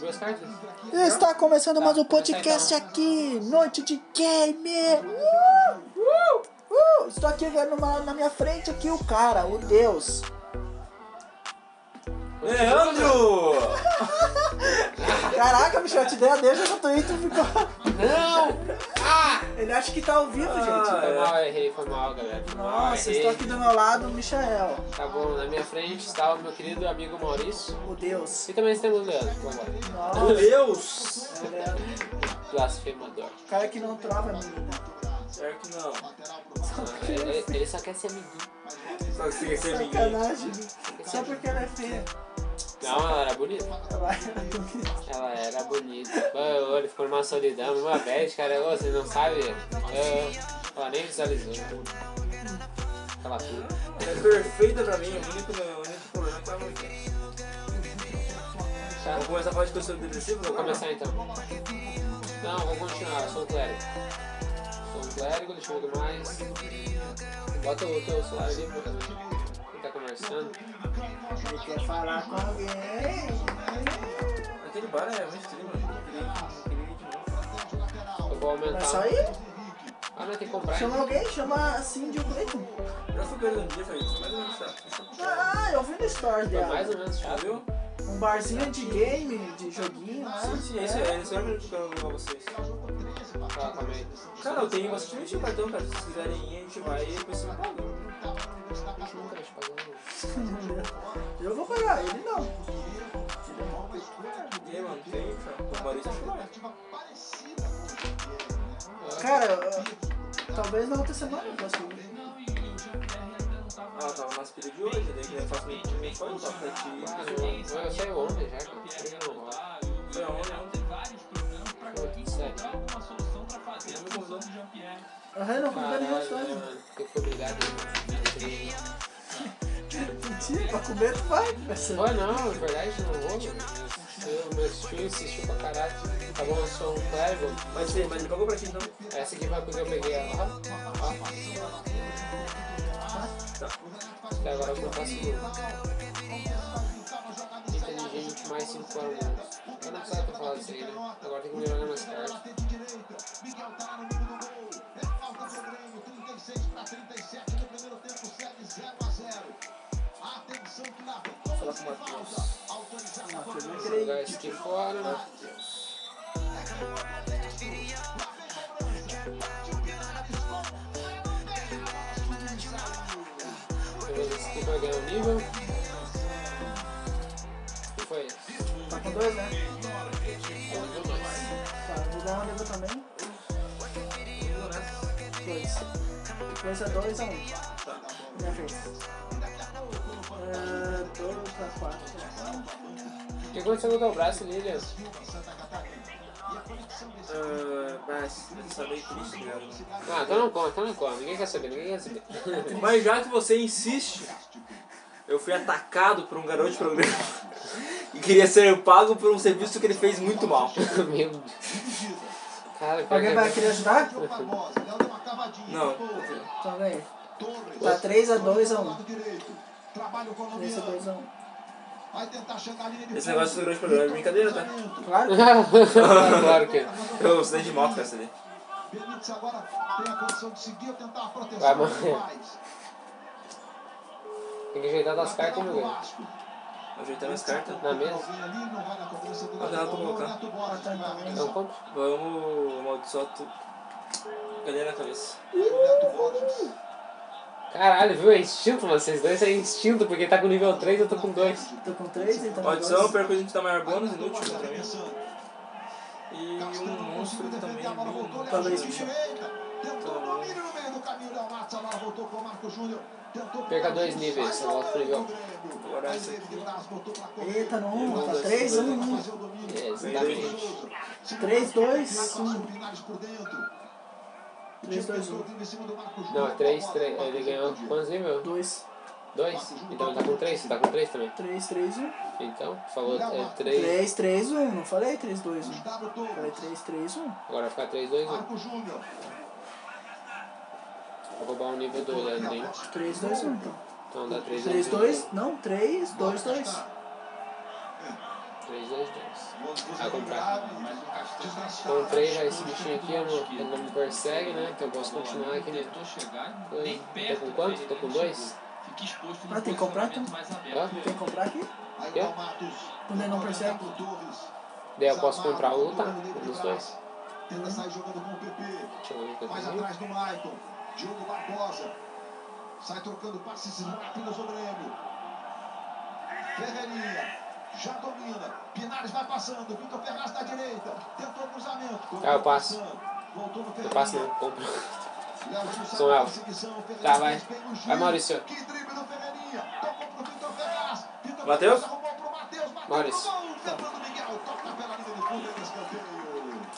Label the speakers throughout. Speaker 1: Duas cartas?
Speaker 2: Está começando mais um
Speaker 1: Tá, começa aí,
Speaker 2: podcast
Speaker 1: então.
Speaker 2: aqui, Noite de Game! Uh, uh, uh. Estou aqui vendo uma- na minha frente aqui o cara, o Deus.
Speaker 3: Leandro!
Speaker 2: Caraca, bicho, eu te dei a deixa no Twitter ficou...
Speaker 1: Não! Ah!
Speaker 2: Ele acha que tá ao vivo,
Speaker 3: Ah,
Speaker 2: gente.
Speaker 1: Foi mal, eu errei, foi mal, galera. Foi mal,
Speaker 2: Nossa,
Speaker 1: errei.
Speaker 2: estou aqui do meu lado, o Michael,
Speaker 1: Tá bom, na minha frente está o meu querido amigo Maurício.
Speaker 2: o Deus.
Speaker 1: E também temos o Leandro, por favor.
Speaker 2: Nossa,
Speaker 3: Meu Deus!
Speaker 2: ele é
Speaker 1: Blasfemador.
Speaker 2: o cara que não trova menina.
Speaker 3: Certo que não.
Speaker 2: Tá
Speaker 1: Ele, ele só quer ser amiguinho.
Speaker 3: Só que você quer ser amiguinho.
Speaker 2: Sacanagem. Só porque ela é feia.
Speaker 1: Não, ela era bonita.
Speaker 2: Ela é-
Speaker 1: Ela era bonita. Pô, ele ficou numa solidão, numa bad, cara. Ô, Você não sabe? Eu- Ela nem visualizou. Aquela puta.
Speaker 3: É perfeita pra mim, o único, meu único problema é que ela não quer.
Speaker 1: Tá?
Speaker 3: Vamos começar a falar de que eu sou depressivo?
Speaker 1: Vou começar então. Não, vou continuar, eu sou um clérigo. Sou um clérigo, deixa eu ver o que mais. Bota o teu celular ali pra quem tá conversando.
Speaker 2: Ele quer falar com alguém.
Speaker 3: Aquele bar é muito estranho, mano. Eu queria- eu queria ir de novo.
Speaker 1: Eu vou aumentar.
Speaker 2: Vai sair?
Speaker 1: Ah, não, tem que comprar.
Speaker 2: Chama alguém, chama a Cindy o Cleiton.
Speaker 3: Eu fui perder um dia, foi isso, mas eu não sei.
Speaker 2: Ah, eu vi no story
Speaker 1: Foi
Speaker 2: dela.
Speaker 1: Tá mais ou menos
Speaker 3: Já
Speaker 1: chato.
Speaker 3: viu?
Speaker 2: Um barzinho de game, de joguinho. né?
Speaker 3: Sim, sim, esse é, esse é o minuto que eu quero levar vocês.
Speaker 1: Tá, calma aí.
Speaker 3: Cara, eu tenho bastante gente no cartão, cara. Se vocês quiserem ir, a gente vai e tá depois você me paga.
Speaker 1: A gente nunca vai te pagar.
Speaker 2: Eu vou pagar, ele não.
Speaker 3: E aí, mano, tem, cara. O Maurício acho que vai.
Speaker 2: Cara, eu- talvez na outra semana eu possa ir.
Speaker 3: Ah, tava nas pilhas de hoje, daí que eu faço meio que foi, eu tava pra ti.
Speaker 1: Ah, não. Eu saí ontem já, cara. Eu não, ó.
Speaker 3: Foi aonde, ontem?
Speaker 1: Foi Sério.
Speaker 3: Eu me confundo.
Speaker 2: Aham, não né? fui pra nenhum
Speaker 1: Caralho,
Speaker 2: sonho.
Speaker 1: mano. Eu fui obrigado.
Speaker 2: Mentira, pra comer tu vai. parceiro.
Speaker 1: Ah, não, na verdade não vou, mano. Eu, meu tio insistiu pra caralho. Tá bom, eu sou um clérigo.
Speaker 3: Mas você, mas ele pagou pra ti então?
Speaker 1: Essa aqui foi a coisa que eu peguei ela.
Speaker 3: Tá.
Speaker 1: Até agora eu não faço nada. Inteligente mais 5 anos. Eu não precisava ter falado isso aí, né? Agora tem que melhorar minhas cartas.
Speaker 3: Vou falar com o Matheus.
Speaker 2: Não
Speaker 1: Vou jogar
Speaker 2: creio.
Speaker 1: isso aqui fora, né? Beleza, esse aqui vai ganhar um nível. E foi isso.
Speaker 2: Tá com dois, né?
Speaker 1: Então, dois.
Speaker 2: Tá, vou dar uma leva também. Dois. Dois a dois a um. Minha vez. Ah, dois a quatro.
Speaker 1: O que aconteceu com o teu braço ali, Leandro?
Speaker 3: Ah, mas isso é meio triste, cara.
Speaker 1: Ah, então não conta, então não conta. Ninguém quer saber, ninguém quer saber.
Speaker 3: Mas já que você insiste, eu fui atacado por um garoto de programa e queria ser pago por um serviço que ele fez muito mal.
Speaker 1: Meu Deus. Cara, pior
Speaker 2: Alguém
Speaker 1: que-
Speaker 2: vai querer ajudar?
Speaker 3: Não.
Speaker 2: Então ganhei. Tá 3 a 2 a 1.
Speaker 1: é
Speaker 2: 3 a 2 a 1.
Speaker 3: Esse negócio do grande programa é brincadeira, tá?
Speaker 2: Claro.
Speaker 1: claro que não.
Speaker 3: Eu estudei de moto, cara, você vê.
Speaker 4: Benítez agora tem a condição de seguir, tentar a proteção
Speaker 1: Vai, mano.
Speaker 4: mais.
Speaker 1: Tem que ajeitar das cartas, meu velho.
Speaker 4: Vasco.
Speaker 3: Ajeitando as cartas.
Speaker 1: Na mesa?
Speaker 4: Vem ali, não vai na cobrança do
Speaker 3: Mas dá pra colocar.
Speaker 4: Neto Borges vai.
Speaker 1: Não compra.
Speaker 3: Vamos amaldiçoar tu. Cadê na cabeça?
Speaker 4: Neto Borges.
Speaker 1: Caralho, viu? É instinto vocês dois, é instinto, porque tá com nível 3 eu tô com 2.
Speaker 2: Tô com 3, então com
Speaker 3: Maldição, é
Speaker 2: 2.
Speaker 3: perco de dar maior bônus, inútil
Speaker 4: Vai
Speaker 3: pra mim.
Speaker 4: pensando.
Speaker 3: E um monstro também. né?
Speaker 4: a bola voltou,
Speaker 3: viu?
Speaker 4: Léo
Speaker 2: Talvez
Speaker 4: Júnior
Speaker 2: seja.
Speaker 4: direita. Tentou o domínio no meio do caminho, Léo Matos, a bola voltou com o Marco Júnior. Tentou
Speaker 1: Perca dois níveis, eu volto pro nível.
Speaker 3: Agora essa aqui.
Speaker 2: Eita, no 1, tá 3 a 1.
Speaker 4: Fazer o domínio.
Speaker 1: É, exatamente.
Speaker 2: 3, 2, 1.
Speaker 4: Linares por dentro.
Speaker 2: 3, 2, 1.
Speaker 4: Em cima do Marco Júnior.
Speaker 1: Não, é 3, 3. Ele ganhou quantos níveis?
Speaker 2: 2,
Speaker 1: 2? Então ele tá com 3, você tá com 3 também.
Speaker 2: 3, 3, 1.
Speaker 1: Então, tu falou é 3,
Speaker 2: 3, 3, 1. Não falei 3, 2, 1.
Speaker 4: Gustavo Torres.
Speaker 2: Falei um. 3, 3, 1.
Speaker 1: agora fica 3, 2, 1.
Speaker 4: Marco Júnior.
Speaker 1: é, Vou roubar um nível do Leandrinho.
Speaker 2: 3, 2, 1, então.
Speaker 1: Então dá 3,
Speaker 2: 3, 2, não, 3, 2, 2.
Speaker 1: 3, 2, 2.
Speaker 4: Você
Speaker 1: Vai comprar. né? Comprei já esse bichinho aqui, eu não- ele não me persegue, né? Então eu posso continuar aqui, né?
Speaker 5: Tentou chegar,
Speaker 1: Tô-
Speaker 5: nem
Speaker 1: tô
Speaker 5: perto.
Speaker 1: com quanto?
Speaker 5: velho,
Speaker 1: Tô com
Speaker 5: não
Speaker 1: dois?
Speaker 5: chegou. Fica exposto no
Speaker 2: Ah, tem que comprar,
Speaker 5: posicionamento mais aberto.
Speaker 1: Hã?
Speaker 2: Tem que comprar aqui?
Speaker 1: Quê?
Speaker 2: Também não percebe?
Speaker 1: Daí eu posso comprar ou lutar, um dos dois.
Speaker 4: Tenta sair jogando com o PP.
Speaker 1: Deixa eu ver o que eu
Speaker 4: Mais
Speaker 1: tenho.
Speaker 4: atrás do Maicon. Diogo Barbosa. Sai trocando passes rápidos o Grêmio. Ferreirinha. Já domina. Pinares vai passando. Vitor Ferraz na direita. Tentou o cruzamento.
Speaker 1: Ah, eu passo.
Speaker 4: Voltou no
Speaker 1: Não passa
Speaker 4: Ferreirinha.
Speaker 1: não, compra.
Speaker 4: São
Speaker 1: Sou eu. Tá, vai. Vai, Maurício.
Speaker 3: Mateus?
Speaker 1: Maurício.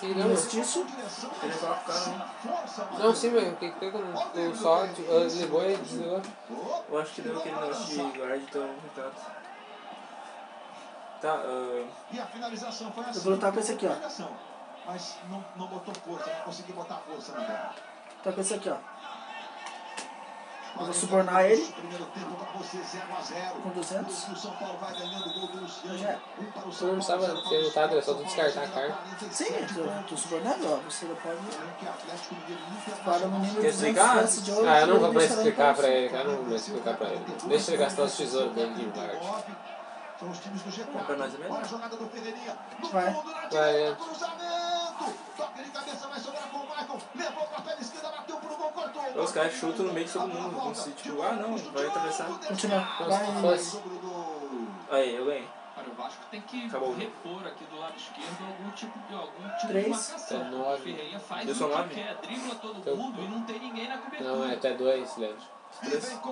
Speaker 2: um Justiça?
Speaker 3: Ele fala pro cara, né?
Speaker 1: Não, sim, mas o que que tem que eu não- eu só tipo, eu ligou e desligou?
Speaker 3: Eu acho que deu aquele negócio de guarda, então recado. Tá, ah,
Speaker 4: E a finalização foi assim.
Speaker 2: vou lutar com esse aqui, ó.
Speaker 4: Mas não, não botou força, não consegui botar força na bola.
Speaker 2: Tá com esse aqui, ó. Eu vou subornar ele.
Speaker 4: Primeiro tempo pra você, 0 a 0.
Speaker 2: Com 200.
Speaker 4: O São Paulo vai ganhando gol do Luciano.
Speaker 2: Já é.
Speaker 4: Um para o
Speaker 1: Tu não precisava
Speaker 4: zero para
Speaker 1: ter
Speaker 4: o
Speaker 1: lutado, era só
Speaker 4: São
Speaker 1: tu
Speaker 4: Paulo,
Speaker 1: descartar a carta.
Speaker 4: 47
Speaker 2: Sim, eu tô subornando, ó. Você pode
Speaker 4: Que Atlético Mineiro
Speaker 2: para o menino
Speaker 3: Quer explicar?
Speaker 2: França de ouro.
Speaker 1: Ah, eu não vou mais explicar pra ele, cara. Eu não vou mais explicar pra ele. Deixa ele gastar os tesouros dele de embarque.
Speaker 4: São os times do
Speaker 3: Não, pra nós é
Speaker 4: G4.
Speaker 3: mesmo.
Speaker 4: Olha a jogada do Ferreirinha. No
Speaker 2: Vai.
Speaker 4: fundo, na
Speaker 1: Vai,
Speaker 4: direita,
Speaker 1: é.
Speaker 4: cruzamento. Toque de cabeça, vai sobrar com o Michael. Levou pra perna esquerda, bateu pro gol, cortou.
Speaker 3: os caras chutam no meio de todo mundo, como se tipo, ah não, vai atravessar.
Speaker 2: Continua.
Speaker 1: se
Speaker 2: Vai,
Speaker 1: fosse.
Speaker 3: Aí, eu ganhei.
Speaker 1: Tá?
Speaker 5: Olha, o Vasco tem que
Speaker 3: Acabou.
Speaker 5: repor aqui do lado esquerdo algum tipo de, algum tipo
Speaker 2: Três.
Speaker 5: de marcação.
Speaker 1: Tá nove.
Speaker 5: O Ferreira faz
Speaker 3: Eu
Speaker 5: o
Speaker 3: sou
Speaker 5: que
Speaker 3: nove.
Speaker 5: quer, dribla todo
Speaker 1: Então-
Speaker 5: mundo e não tem ninguém na cobertura.
Speaker 1: Não, é até dois, Leandro.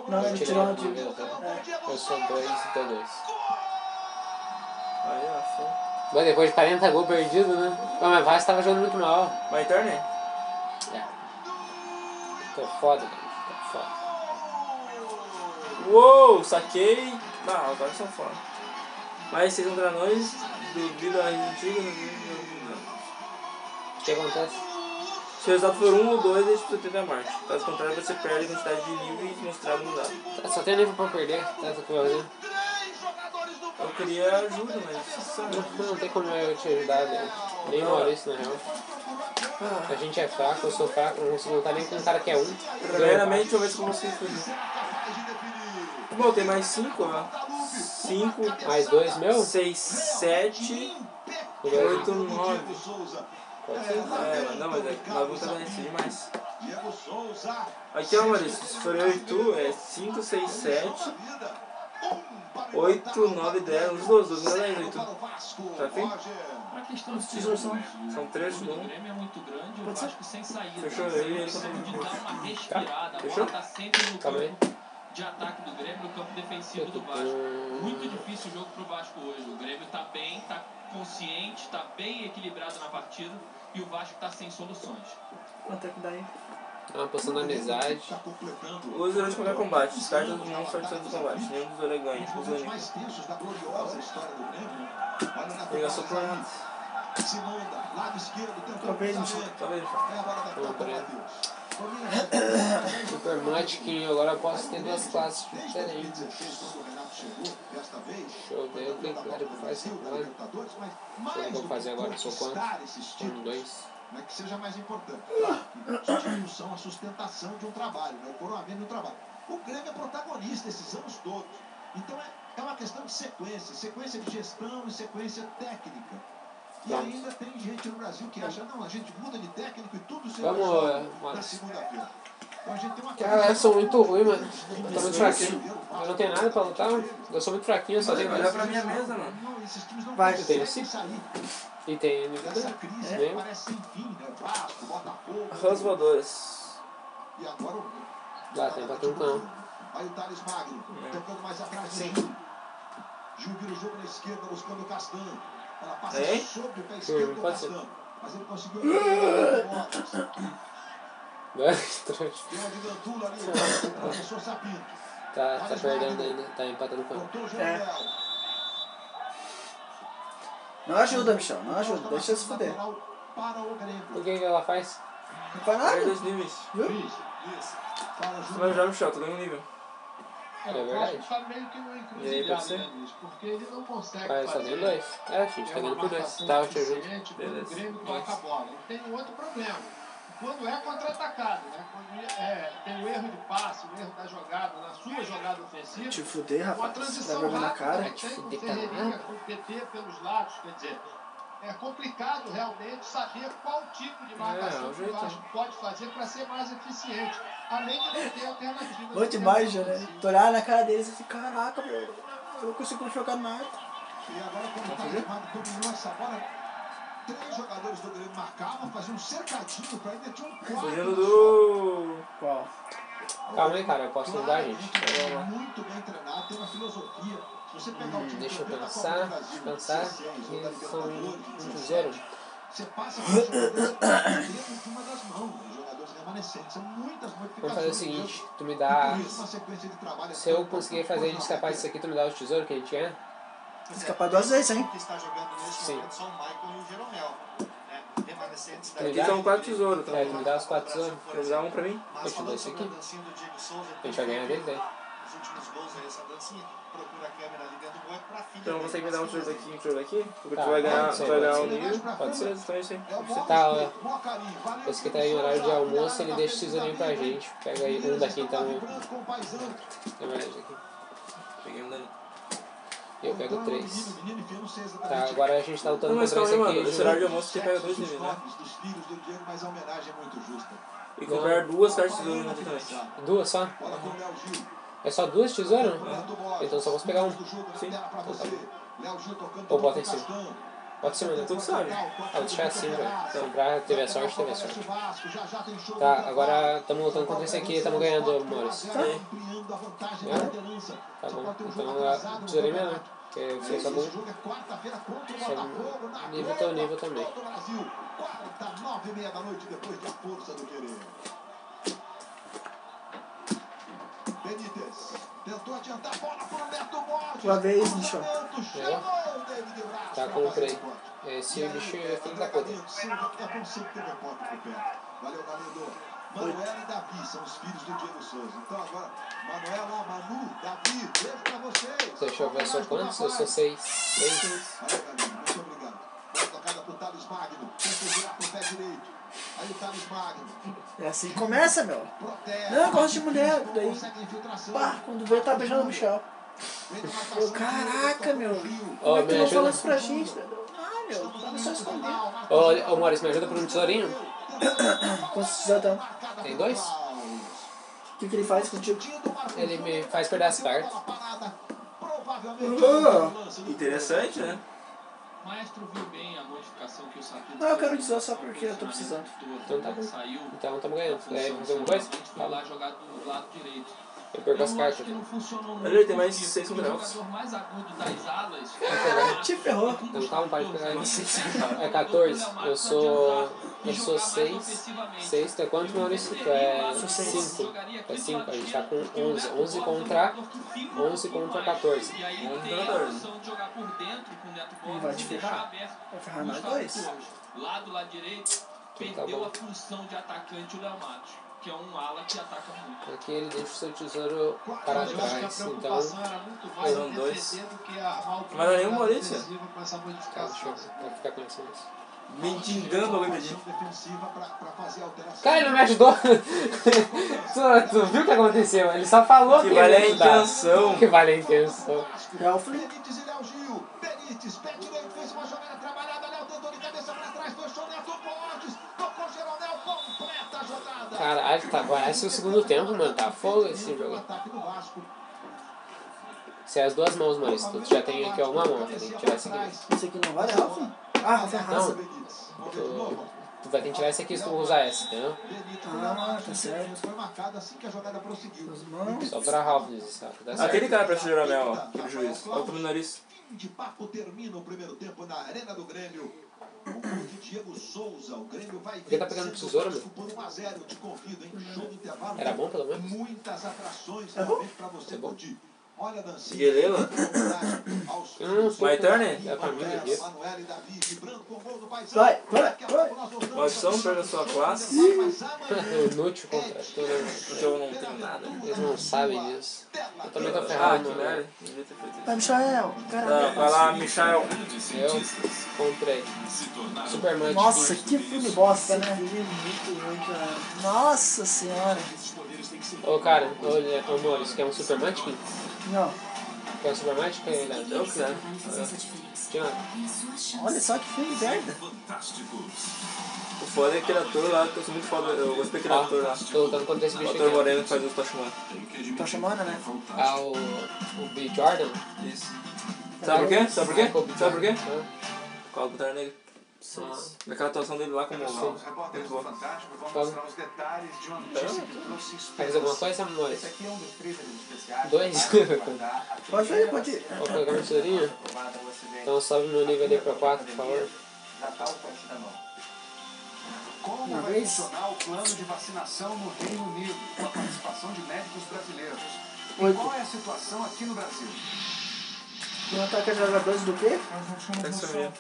Speaker 2: Não, ele
Speaker 1: Tirei
Speaker 2: tirou
Speaker 1: um
Speaker 2: uma
Speaker 1: de
Speaker 2: de...
Speaker 1: vez, né?
Speaker 2: É,
Speaker 1: Eu sou dois até dois.
Speaker 3: Aí, ó, foi.
Speaker 1: Mas depois de 40 gols perdidos, né? Pô, mas o Vasco tava jogando muito mal.
Speaker 3: Mas internet?
Speaker 1: É. Tá foda, cara. Tá foda.
Speaker 3: Uou, saquei. Ah, agora são foda. Mas vocês vão pra nós do Vila Antiga no Vila.
Speaker 1: O que acontece?
Speaker 3: Se o resultado for 1 ou 2, a gente precisa ter a marcha. Caso contrário, você perde a quantidade de livre e mostrado no dado.
Speaker 1: Tá, Só tem nível pra perder. Tá, tá fazendo.
Speaker 3: Eu queria ajuda, mas é sabe?
Speaker 1: Não, não tem como eu te ajudar, né? Nem o Maurício, na real. A gente é fraco, eu sou fraco, não consigo lutar nem com um cara que é um.
Speaker 3: Primeiramente, deixa eu ver se como vocês fazer. Bom, tem mais 5, ó. 5,
Speaker 1: Mais dois, meu?
Speaker 3: 6, 7,
Speaker 1: Beleza.
Speaker 3: 8, 9.
Speaker 4: Souza.
Speaker 1: Pode ser.
Speaker 3: É, não, mas é, nós vamos trabalhar isso demais.
Speaker 4: Diego Souza.
Speaker 3: Aqui, ó, Maurício, se for eu e tu, é 5, 6, 7,
Speaker 4: Vida. Um para o
Speaker 3: 8, 9, 10, uns 12, 12, 10, 8.
Speaker 4: para o Vasco.
Speaker 3: Tá fim?
Speaker 4: Roger.
Speaker 5: Pra questão de
Speaker 3: tesouros são-
Speaker 5: tempo,
Speaker 3: são
Speaker 5: o
Speaker 3: três, um.
Speaker 5: jogo do
Speaker 3: não?
Speaker 5: Grêmio é muito grande, o
Speaker 2: um. Pode ser?
Speaker 5: Vasco sem saída.
Speaker 3: Fechou,
Speaker 5: Você
Speaker 3: ele- ele
Speaker 5: precisa
Speaker 3: tá-
Speaker 5: de dar uma respirada. A
Speaker 3: Fechou?
Speaker 5: bola tá sempre no
Speaker 1: Calma aí.
Speaker 5: campo de ataque do Grêmio, no campo defensivo do Vasco. Muito difícil o jogo pro Vasco hoje. O Grêmio tá bem, tá consciente, tá bem equilibrado na partida e o Vasco tá sem soluções.
Speaker 2: Quanto é que dá aí?
Speaker 1: É uma poção da amizade.
Speaker 4: Tá completando.
Speaker 3: Os durante qualquer combate, descarta os não participantes do combate, nenhum dos
Speaker 4: Um
Speaker 3: elegantes,
Speaker 4: dos
Speaker 3: os
Speaker 4: momentos
Speaker 3: únicos.
Speaker 4: mais tensos da gloriosa história do Grêmio. né? Olha na
Speaker 3: Ele gastou por nada.
Speaker 4: Simonda, lado esquerdo, tentou o
Speaker 2: Talvez,
Speaker 4: cruzamento.
Speaker 3: Talvez ele
Speaker 4: É a hora da
Speaker 1: Vamos
Speaker 4: Copa,
Speaker 1: pra ele.
Speaker 4: Matheus. Domina.
Speaker 1: Super Mantiquinho, agora eu posso ter duas classes
Speaker 4: Desde
Speaker 1: diferentes.
Speaker 4: 2016, quando o Renato chegou, desta vez,
Speaker 1: Deixa eu ver o que que era pra fazer
Speaker 4: da
Speaker 1: agora.
Speaker 4: Libertadores, mas
Speaker 1: Deixa eu ver o que
Speaker 4: mais
Speaker 1: eu vou
Speaker 4: do
Speaker 1: fazer
Speaker 4: que
Speaker 1: agora, sou quanto?
Speaker 4: conquistar esses
Speaker 1: Um,
Speaker 4: títulos,
Speaker 1: dois.
Speaker 4: né, que seja mais importante. Claro que os títulos são a sustentação de um trabalho, né, o coroamento de um trabalho. O Grêmio é protagonista esses anos todos. Então é, é uma questão de sequência, sequência de gestão e sequência técnica. E
Speaker 1: Vamos.
Speaker 4: ainda tem gente no Brasil que acha, não, a gente muda de técnico e tudo se
Speaker 1: Vamos,
Speaker 4: resolve
Speaker 1: eh,
Speaker 4: na
Speaker 1: Matos.
Speaker 4: segunda-feira. Então a gente tem uma
Speaker 1: Cara, é, Tá eu sou muito ruim, mano. Eu tô muito fraquinho. Eu não tenho nada pra lutar, mano. Eu sou muito fraquinho, eu só tenho
Speaker 3: Olha
Speaker 1: mais.
Speaker 3: É pra minha mesa, mano.
Speaker 4: Não, esses times não
Speaker 2: Vai,
Speaker 4: conseguem
Speaker 1: tem sim.
Speaker 4: sair
Speaker 1: E tem ele.
Speaker 4: dessa crise
Speaker 1: É.
Speaker 4: que parece sem fim, né? Vasco, Botafogo.
Speaker 3: Arroz voadores.
Speaker 4: E agora o.
Speaker 1: Lá, tem pra tanto não.
Speaker 4: Aí o Thales Magno,
Speaker 3: É.
Speaker 4: tocando mais atrás do
Speaker 1: Sim.
Speaker 4: Gil. Gil vira o jogo na esquerda, buscando o Castan. Ela passa
Speaker 3: É?
Speaker 4: sobre o pé esquerdo do
Speaker 1: pode ser.
Speaker 4: Castan. Mas ele conseguiu. Tem uma de Gandula ali, o professor Sapinto.
Speaker 1: Tá, tá perdendo ainda, tá empatando com ele.
Speaker 4: Cortou o
Speaker 2: É.
Speaker 4: Joel.
Speaker 2: Não ajuda, Michel. Não ajuda. Deixa eu se fuder.
Speaker 4: Lateral Para o Grêmio.
Speaker 1: O que que ela faz?
Speaker 2: Não faz
Speaker 3: Perde
Speaker 2: nada.
Speaker 3: dois níveis.
Speaker 4: Isso, isso. Para
Speaker 3: Tu
Speaker 4: Júnior.
Speaker 3: vai jogar, Michel, tu ganha um nível.
Speaker 1: É
Speaker 4: o
Speaker 1: verdade.
Speaker 4: Vasco tá meio que numa
Speaker 1: E aí, pode ser?
Speaker 4: encruzilhada, né, Luiz? Porque ele não consegue
Speaker 1: Vai, tá
Speaker 4: fazer.
Speaker 1: dando dois. É, a gente
Speaker 4: É
Speaker 1: tá
Speaker 4: uma
Speaker 1: dando por dois.
Speaker 4: marcação
Speaker 1: Tá, eu te ajudo.
Speaker 4: eficiente quando o
Speaker 3: Beleza.
Speaker 4: Grêmio vai com a bola. E tem um outro problema. Quando é contra-atacado, né? Quando é, tem o erro de passe, o erro da jogada, na sua jogada ofensiva,
Speaker 6: Te fuder,
Speaker 4: uma
Speaker 6: rapaz. Dá
Speaker 2: tá
Speaker 4: transição
Speaker 6: vergonha na
Speaker 4: rápida,
Speaker 6: cara.
Speaker 4: né?
Speaker 6: Te
Speaker 4: tem o
Speaker 6: fuder,
Speaker 4: Ferreirinha
Speaker 6: caralho.
Speaker 4: com o PT pelos lados, quer dizer, é complicado realmente saber qual tipo de marcação
Speaker 1: o
Speaker 4: que o
Speaker 1: jeito é.
Speaker 4: Vasco pode fazer para ser mais eficiente, além de não ter alternativa.
Speaker 2: Bom
Speaker 4: no
Speaker 2: demais,
Speaker 4: tempo
Speaker 2: né?
Speaker 4: ofensivo.
Speaker 2: Tu olhar na cara deles e assim, caraca, meu, eu não consigo jogar nada.
Speaker 4: E agora, tá como está chamado, dominou essa bola. Três jogadores do Grêmio marcavam, faziam um cercadinho para ainda tinha um quarto.
Speaker 3: Fugindo do.
Speaker 2: Qual?
Speaker 1: Calma aí, cara, eu posso mudar, gente. Vamos lá.
Speaker 4: Muito bem treinado, tem uma filosofia. Se você pegar o time
Speaker 1: Hum, Deixa eu
Speaker 4: campeão da Copa
Speaker 1: pensar,
Speaker 4: do Brasil,
Speaker 1: pensar.
Speaker 4: 16, ou da
Speaker 1: E são
Speaker 4: Libertadores,
Speaker 1: 1-0.
Speaker 4: Você passa por jogadores dentro de uma das mãos, né? jogadores remanescentes. São muitas
Speaker 1: Vamos
Speaker 4: modificações.
Speaker 1: fazer o seguinte, tu me dá. Se
Speaker 4: então,
Speaker 1: eu conseguir fazer ele escapar disso aqui, tu me dá o tesouro que a gente ganha?
Speaker 4: é
Speaker 2: Escapar duas vezes, hein?
Speaker 7: que está jogando neste
Speaker 1: Sim.
Speaker 7: momento são o Michael e o Jeromel. Né? Remanescentes da Então,
Speaker 1: Aqui
Speaker 3: são quatro tesouros, tá?
Speaker 1: É, tu me dá os quatro tesouros.
Speaker 3: Quer usar um pra mim?
Speaker 1: Deixa eu
Speaker 7: Mas
Speaker 1: ver
Speaker 7: falando
Speaker 1: isso
Speaker 7: sobre a
Speaker 1: aqui.
Speaker 7: dancinha do Diego Souza,
Speaker 1: A gente vai ganhar dele, né? daí.
Speaker 7: Os últimos gols aí, essa dancinha. Procura a câmera ali dentro do gol, é pra filha.
Speaker 3: Então
Speaker 7: dele,
Speaker 3: você me dá um
Speaker 7: assim,
Speaker 3: tesouro
Speaker 7: né?
Speaker 3: daqui, um tesouro daqui? Porque
Speaker 1: Tá,
Speaker 3: tu vai ganhar,
Speaker 1: pode ser,
Speaker 3: tu vai ganhar um
Speaker 4: pode ser.
Speaker 3: nível.
Speaker 4: Pode ser.
Speaker 3: Então é isso aí.
Speaker 1: Você tá, ó, Esse que tá em horário de almoço, ele deixa o tesourinho pra gente. Pega aí um daqui então. Tem mais aqui.
Speaker 3: Peguei um dano.
Speaker 1: Eu pego três. Tá,
Speaker 4: Tá,
Speaker 7: é.
Speaker 1: agora a gente tá lutando
Speaker 3: Não, mas
Speaker 1: contra
Speaker 3: calma
Speaker 1: esse
Speaker 3: aí, mano.
Speaker 1: aqui.
Speaker 3: Esse horário de almoço você pega dois níveis, né?
Speaker 4: Dos filhos do Diego, mas a homenagem é muito justa.
Speaker 3: E
Speaker 1: Não.
Speaker 3: comprar duas cartas de tesouro imediatamente.
Speaker 1: de- Duas só?
Speaker 4: Bola com o Léo Gil.
Speaker 1: É só duas tesouras? Então só posso pegar um.
Speaker 4: Sim.
Speaker 1: Ou bota em cima. é Pode ser, mano.
Speaker 3: Tu que sabe.
Speaker 1: Vou deixar assim, velho. Se comprar, teve a sorte, teve a sorte.
Speaker 4: Tá, agora estamos lutando contra esse aqui, estamos ganhando, Mores.
Speaker 1: Tá. Tá bom.
Speaker 4: um
Speaker 1: Então eu tesourei mesmo, né? Porque eu
Speaker 4: Esse
Speaker 1: sou só
Speaker 4: jogo
Speaker 1: bom.
Speaker 4: é quarta-feira contra o
Speaker 1: Só
Speaker 4: Botafogo, na
Speaker 1: é nível
Speaker 4: Copa
Speaker 1: teu nível também.
Speaker 4: do Brasil. Quarta, nove e meia da noite, depois da força do querer. Benítez tentou adiantar a bola pro Neto Borges.
Speaker 2: Uma vez,
Speaker 4: Cruzamento,
Speaker 2: bicho.
Speaker 4: chegou o David Braz
Speaker 1: Tá,
Speaker 4: pra
Speaker 1: comprei.
Speaker 4: fazer o corte. E
Speaker 1: Esse
Speaker 4: aí,
Speaker 1: bicho é filho da
Speaker 4: André
Speaker 1: puta.
Speaker 4: Galindo, Silva, que é como sempre teve a porta pro pé. Valeu, Galindo. Manuela e Davi são os filhos do Diego Souza. Então agora, Manuela, Manu, Davi, beijo pra vocês.
Speaker 1: Deixa eu ver, eu sou quantos? Eu sou seis. Seis.
Speaker 4: Valeu, Danilo. Muito obrigado. Bola tocada pro Thales Magno. Tenta girar pro pé direito. Aí o Thales Magno.
Speaker 2: É assim que começa, meu.
Speaker 4: Protege.
Speaker 2: Não, eu gosto de mulher.
Speaker 4: Não
Speaker 2: Daí,
Speaker 4: consegue infiltração.
Speaker 2: pá, quando vê, tá beijando o Michel.
Speaker 4: Vem uma
Speaker 2: Eu,
Speaker 4: marcação.
Speaker 2: caraca, meu.
Speaker 1: Ó,
Speaker 2: Como é que
Speaker 1: me
Speaker 2: não falou
Speaker 1: ajuda.
Speaker 2: isso pra gente? Ah, meu, tava só escondendo.
Speaker 1: Ô, Olha, ô Maurício, me ajuda por um tesourinho?
Speaker 2: Quantos já tá?
Speaker 1: Tem dois?
Speaker 2: O que, que ele faz contigo?
Speaker 1: Ele me faz perder as cartas.
Speaker 4: Provavelmente.
Speaker 3: Interessante, né?
Speaker 5: O maestro viu bem a modificação que o Sapinto
Speaker 2: Não, eu quero
Speaker 5: fez.
Speaker 2: dizer só porque eu tô precisando.
Speaker 1: Então tá bom.
Speaker 5: Saiu
Speaker 1: Então estamos ganhando.
Speaker 5: da
Speaker 1: Daí
Speaker 5: função,
Speaker 1: fazer uma coisa?
Speaker 5: certamente
Speaker 1: Tá
Speaker 5: Foi
Speaker 1: bom.
Speaker 5: lá jogar do lado direito.
Speaker 1: Eu perco as
Speaker 5: Eu acho
Speaker 1: cartas.
Speaker 5: que não funcionou muito.
Speaker 3: Olha, ele tem mais
Speaker 5: porque
Speaker 3: seis
Speaker 5: o
Speaker 3: numerais.
Speaker 5: jogador mais agudo das alas. é
Speaker 2: Te ferrou.
Speaker 1: Então calma, para de pegar ele.
Speaker 3: Nossa senhora.
Speaker 1: É 14. Eu sou. Eu sou 6. 6, tu é quanto, Maurício? Tu é
Speaker 5: Sou seis.
Speaker 1: 5. Tu é 5, a gente tá com 11. 11 contra. 11 contra 14.
Speaker 5: E aí ele
Speaker 3: Vamos
Speaker 5: tem a
Speaker 3: jogador,
Speaker 5: opção de jogar por dentro com o Neto
Speaker 2: Não vai
Speaker 5: Borges
Speaker 2: te
Speaker 5: e deixar
Speaker 2: ferrar.
Speaker 5: aberto
Speaker 2: Vai
Speaker 5: o
Speaker 2: ferrar nós
Speaker 5: Gustavo
Speaker 2: dois.
Speaker 5: Torres. Lá do lado direito,
Speaker 1: Então tá
Speaker 5: perdeu
Speaker 1: bom.
Speaker 5: a função de atacante o Léo Matos, que é um ala que ataca muito.
Speaker 1: Aqui ele deixa o seu tesouro para trás. Então,
Speaker 3: São dois. Mas não é nenhum Maurício.
Speaker 1: tá, deixa eu vou ficar com isso mesmo.
Speaker 3: Mendigando alguém pra gente.
Speaker 1: Cara, ele não me ajudou. tu, tu viu o que aconteceu? Ele só falou que,
Speaker 3: Que vale
Speaker 1: ele
Speaker 3: a
Speaker 1: ia ajudar.
Speaker 3: intenção.
Speaker 1: Que vale a intenção.
Speaker 4: É
Speaker 2: Gelfling.
Speaker 4: Benítez e Léo Gil. Benítez, pé direito, fez uma jogada trabalhada. Léo tentou de cabeça pra trás, fechou Neto Borges. Tocou Jeromel, completa a jogada.
Speaker 1: Caralho, tá, parece o segundo tempo, mano. Tá fogo esse jogo.
Speaker 4: Ataque do Vasco.
Speaker 1: Se é as duas mãos, Maurício. Tu já tem aqui ó, uma mão, tem que tirar esse aqui.
Speaker 2: Esse aqui não vale, Ralfling? Ah,
Speaker 4: é
Speaker 2: Ralfling
Speaker 1: Não,
Speaker 2: arrasa.
Speaker 1: tu, tu vai ter que tirar esse aqui se tu for usar essa, entendeu?
Speaker 2: Ah, tá certo.
Speaker 4: Foi marcado assim que a jogada prosseguiu.
Speaker 2: Os mãos.
Speaker 1: Só pra Ralph, sabe? Dá certo.
Speaker 3: Aquele cara pra esse Jeromel, ó. Aquele juiz. Olha o meu nariz.
Speaker 4: Fim de papo termina o primeiro tempo na Arena do Grêmio. O gol de Diego Souza, o Grêmio vai
Speaker 1: que tá pegando
Speaker 4: vencendo o
Speaker 1: tesoura,
Speaker 4: Vasco por 1 a 0. Eu te convido, hein? Show do intervalo.
Speaker 1: Era bom, pelo menos?
Speaker 2: É
Speaker 1: É
Speaker 4: Muitas atrações realmente pra você
Speaker 1: bom?
Speaker 4: curtir. Olha a dancinha.
Speaker 3: Miguelela?
Speaker 4: Aos
Speaker 1: Eu não é, sou um
Speaker 3: My
Speaker 1: fã
Speaker 3: turn?
Speaker 1: da família
Speaker 4: Manuel,
Speaker 1: disso.
Speaker 4: Manuel e Davi, vibrando com o gol do Paizão.
Speaker 2: Vai, vai,
Speaker 4: Daqui a
Speaker 2: vai.
Speaker 4: pouco nós voltamos.
Speaker 3: Paixão pela sua classe.
Speaker 4: Mas amanhã
Speaker 1: Eu não te contrato, né?
Speaker 3: Então eu não tenho nada.
Speaker 1: Eles não sabem disso. Eu também tô
Speaker 3: Ah,
Speaker 1: ferrado, né?
Speaker 3: que
Speaker 1: mano.
Speaker 3: merda. Devia ter feito isso.
Speaker 2: Vai, Michael.
Speaker 3: Ah,
Speaker 2: Caralho.
Speaker 3: vai lá, Michael.
Speaker 1: Eu comprei. Superman.
Speaker 2: Nossa, que filme bosta, né?
Speaker 6: Filme é muito ruim, cara.
Speaker 2: Nossa senhora.
Speaker 1: Ô, cara, olha, amor, isso aqui é um Superman?
Speaker 2: Não.
Speaker 1: Quer um Superman? Quer, né?
Speaker 3: Eu quero. um
Speaker 1: Tinha-
Speaker 2: Olha só que filme merda.
Speaker 3: O foda é aquele ator lá, que eu sou muito foda. Eu gostei daquele ator lá.
Speaker 1: Tô lutando contra esse
Speaker 3: O
Speaker 1: bicho
Speaker 3: ator
Speaker 1: Ah. aqui.
Speaker 3: moreno que faz o Toshimano.
Speaker 2: Tô chamando, né?
Speaker 1: ó. Ah, o, o B. Jordan.
Speaker 3: Isso. Sabe por quê? Sabe por quê? Sabe por quê?
Speaker 1: Ah,
Speaker 3: Por causa do Terra Negra. Daquela atuação dele lá como.
Speaker 7: Os repórteres do Fantástico vão mostrar os detalhes de uma notícia que trouxe
Speaker 1: Faz
Speaker 7: esperança.
Speaker 1: alguma coisa, amor?
Speaker 7: Esse aqui é um dos thrillers especiais.
Speaker 1: Dois.
Speaker 7: para resguardar a
Speaker 2: Pode ir,
Speaker 7: primeira
Speaker 2: pode ir.
Speaker 7: vacina
Speaker 1: Vou colocar uma tesourinha.
Speaker 7: aprovada no Ocidente.
Speaker 1: Então sobe meu nível ali pra 4, por favor.
Speaker 7: Natal Continental. Como
Speaker 2: Uma
Speaker 7: vai
Speaker 2: vez.
Speaker 7: funcionar o plano de vacinação no Reino Unido com a participação de médicos brasileiros? E
Speaker 2: Oito.
Speaker 7: qual é a situação aqui no Brasil?
Speaker 2: Perguntar que é jogadores do quê?
Speaker 3: Tá sumindo.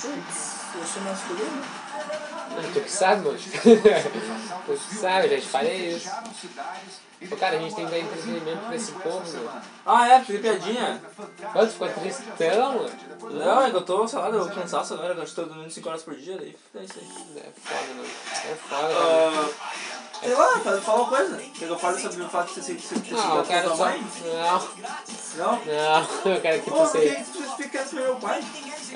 Speaker 2: Putz, eu sou masculino.
Speaker 1: Ah, tu que sabe, mano. tu que sabe, gente. Falei isso.
Speaker 7: Fecharam cidades e
Speaker 1: Ô, cara, a gente tem que dar entretenimento pra esse
Speaker 7: pânico essa
Speaker 1: povo, mano.
Speaker 7: semana.
Speaker 3: Ah, é, fiz piadinha.
Speaker 1: Quanto ficou tristão, mano?
Speaker 3: Não, é que eu tô, sei lá, deu cansaço agora, que eu estou dormindo 5 horas por dia, daí é isso aí.
Speaker 1: É foda, mano. É foda, mano.
Speaker 3: Ah, sei lá, fala, fala uma coisa. Quer que eu fale sobre o fato de você ter sido ter sido
Speaker 1: Não, eu
Speaker 3: gato da
Speaker 1: quero
Speaker 3: Ah, sua
Speaker 1: só.
Speaker 3: mãe?
Speaker 1: Não,
Speaker 3: Não?
Speaker 1: não, eu quero que
Speaker 3: Pô, por que
Speaker 1: você.
Speaker 3: você fica querendo comer meu pai?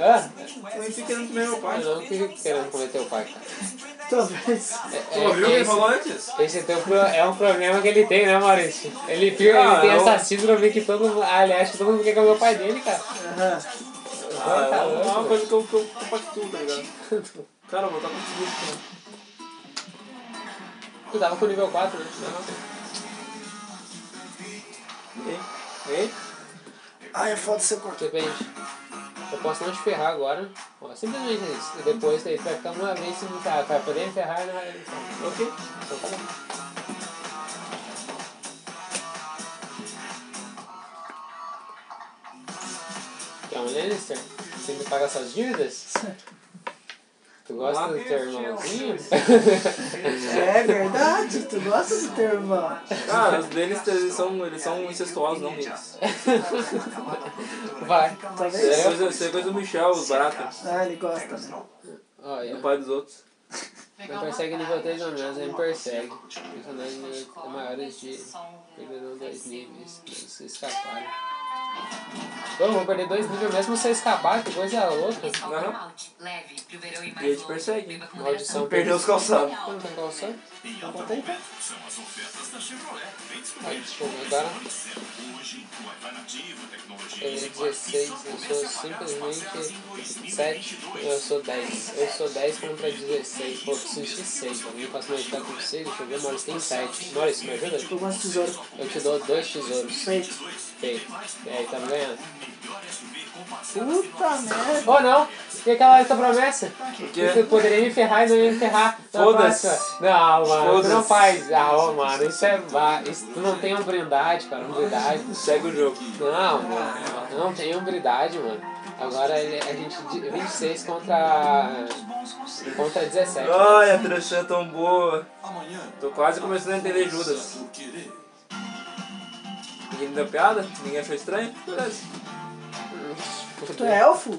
Speaker 1: Hã?
Speaker 3: Eu fica querendo comer meu pai.
Speaker 1: Eu não fico querendo comer teu pai, cara.
Speaker 2: Talvez.
Speaker 1: É,
Speaker 3: Tu ouviu o que ele
Speaker 1: esse-
Speaker 3: falou antes?
Speaker 1: Esse é, teu pro- é um problema que ele tem, né, Maurício? Ele, fica, ele
Speaker 3: Ah,
Speaker 1: tem
Speaker 3: eu-
Speaker 1: essa síndrome que todo mundo. Ah, ele acha que todo mundo quer comer o pai dele, cara.
Speaker 3: Ah,
Speaker 1: tá
Speaker 3: é uma
Speaker 1: louco,
Speaker 3: coisa que eu, que eu compactuo, tá ligado? Cara, eu vou estar contigo aqui,
Speaker 1: Tu tava com o nível 4, né?
Speaker 3: né? Ei, ei.
Speaker 2: Ai, é foda ser cortado.
Speaker 1: Depende. Tipo, Eu posso não te ferrar agora. Ó, simplesmente isso. E depois daí tu vai ficar uma vez sem tá, pra poder me ferrar na
Speaker 3: Ok.
Speaker 1: Então tá bom. Então, Lannister, você me paga suas dívidas? Tu gosta do teu irmãozinho?
Speaker 2: É verdade, tu gosta do Tá teu irmão.
Speaker 3: Cara, os deles eles são, eles são incestuosos, não gays.
Speaker 1: Vai.
Speaker 2: Talvez.
Speaker 3: Isso é coisa- isso é coisa do Michel, os
Speaker 1: É.
Speaker 3: baratas.
Speaker 2: Ah, ele gosta, né?
Speaker 1: Olha,
Speaker 3: O pai dos outros.
Speaker 1: não persegue nível 3 ou menos, ele persegue. Personagens maiores é de.
Speaker 8: um
Speaker 1: Perderam dois níveis, mas se escaparam. Pô, vou perder dois níveis mesmo se eu escapar, que coisa
Speaker 8: um,
Speaker 1: louca.
Speaker 3: Aham.
Speaker 8: é Leve, pro verão e
Speaker 3: E
Speaker 8: mais
Speaker 3: eles
Speaker 8: longo.
Speaker 3: perseguem.
Speaker 8: Beba com
Speaker 1: Maldição.
Speaker 3: Perdeu os calçados.
Speaker 1: Não tem calção?
Speaker 2: Então tá aí, tá.
Speaker 1: Aí, deixa eu ver agora. Ele é 16, eu sou simplesmente 7, eu sou 10. Eu sou 10 contra 16. Pô, eu preciso de 6. Alguém posso me ajudar com 6? Deixa eu ver, Maurício tem 7. Maurício, me ajuda?
Speaker 2: Eu gosto de tesouro.
Speaker 1: Eu te dou dois tesouros.
Speaker 2: Feito.
Speaker 1: Feito. E aí, tá me ganhando?
Speaker 2: Puta merda.
Speaker 1: Ou não! E aquela outra promessa?
Speaker 3: Porque...
Speaker 1: Você poderia me ferrar e não ia me ferrar. Então, Na
Speaker 3: Foda-se.
Speaker 1: próxima. Não, mano, tu não
Speaker 3: Foda-se.
Speaker 1: faz. Ah, ô, mano, isso é. va- Isso, tu não tem hombridade, cara, hombridade.
Speaker 3: Segue o jogo.
Speaker 1: Não, mano, não tem hombridade, mano. Agora ele- a gente. de- 26 contra. contra 17.
Speaker 3: Ai, a trecha é tão boa.
Speaker 4: Amanhã,
Speaker 3: Tô quase começando a entender Judas.
Speaker 4: o querer.
Speaker 3: Ninguém me deu piada? Ninguém achou estranho? Beleza.
Speaker 2: Tu é elfo?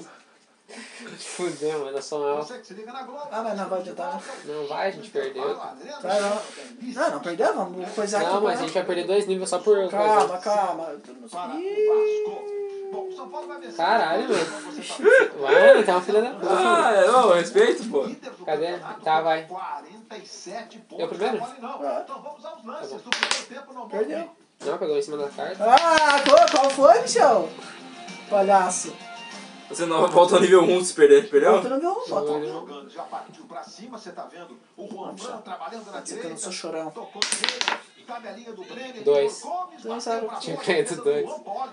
Speaker 1: Fudeu, mano, eu sou um elfo.
Speaker 4: Você que se liga na Globo.
Speaker 2: Ah, mas não vai adiantar, né?
Speaker 1: Não vai, a gente perdeu.
Speaker 2: Vai não. Não, não perdeu, vamos coisar aqui.
Speaker 1: Não, mas a gente vai perder dois níveis só por.
Speaker 2: Calma, calma. Tu não
Speaker 4: Para
Speaker 2: sabe.
Speaker 4: o Vasco. Bom, o São Paulo vai vencer.
Speaker 1: Caralho,
Speaker 4: Você tá no
Speaker 1: Mano, tá uma filha da.
Speaker 3: Ah, é, não, respeito, pô.
Speaker 4: líder do
Speaker 1: Cadê?
Speaker 4: campeonato
Speaker 1: Tá,
Speaker 4: com
Speaker 1: vai.
Speaker 4: 47 pontos.
Speaker 1: É o primeiro?
Speaker 4: Não vale não.
Speaker 2: Ah.
Speaker 4: Então vamos aos lances do primeiro tempo. Não
Speaker 2: Perdeu.
Speaker 1: Não, pegou em cima da carta.
Speaker 2: Ah, qual, qual foi, Michel? Palhaço.
Speaker 3: Você não volta ao nível 1 se perder,
Speaker 2: Não, tu
Speaker 3: perdeu?
Speaker 2: não viu um só.
Speaker 4: Paulo
Speaker 2: tá?
Speaker 4: jogando, já partiu pra cima, você tá vendo o Juan
Speaker 2: Nossa.
Speaker 4: Fran trabalhando na
Speaker 2: Pode ser que eu não
Speaker 4: direita.
Speaker 2: sou tá chorão.
Speaker 4: Tocou direito, tabelinha do Brenner.
Speaker 1: Dois.
Speaker 4: Igor Gomes
Speaker 2: Dois,
Speaker 4: bateu
Speaker 2: sabe?
Speaker 4: pra
Speaker 1: Tinha
Speaker 4: fora,
Speaker 1: ganhado
Speaker 4: defesa do
Speaker 1: dois.
Speaker 4: Luan Poli.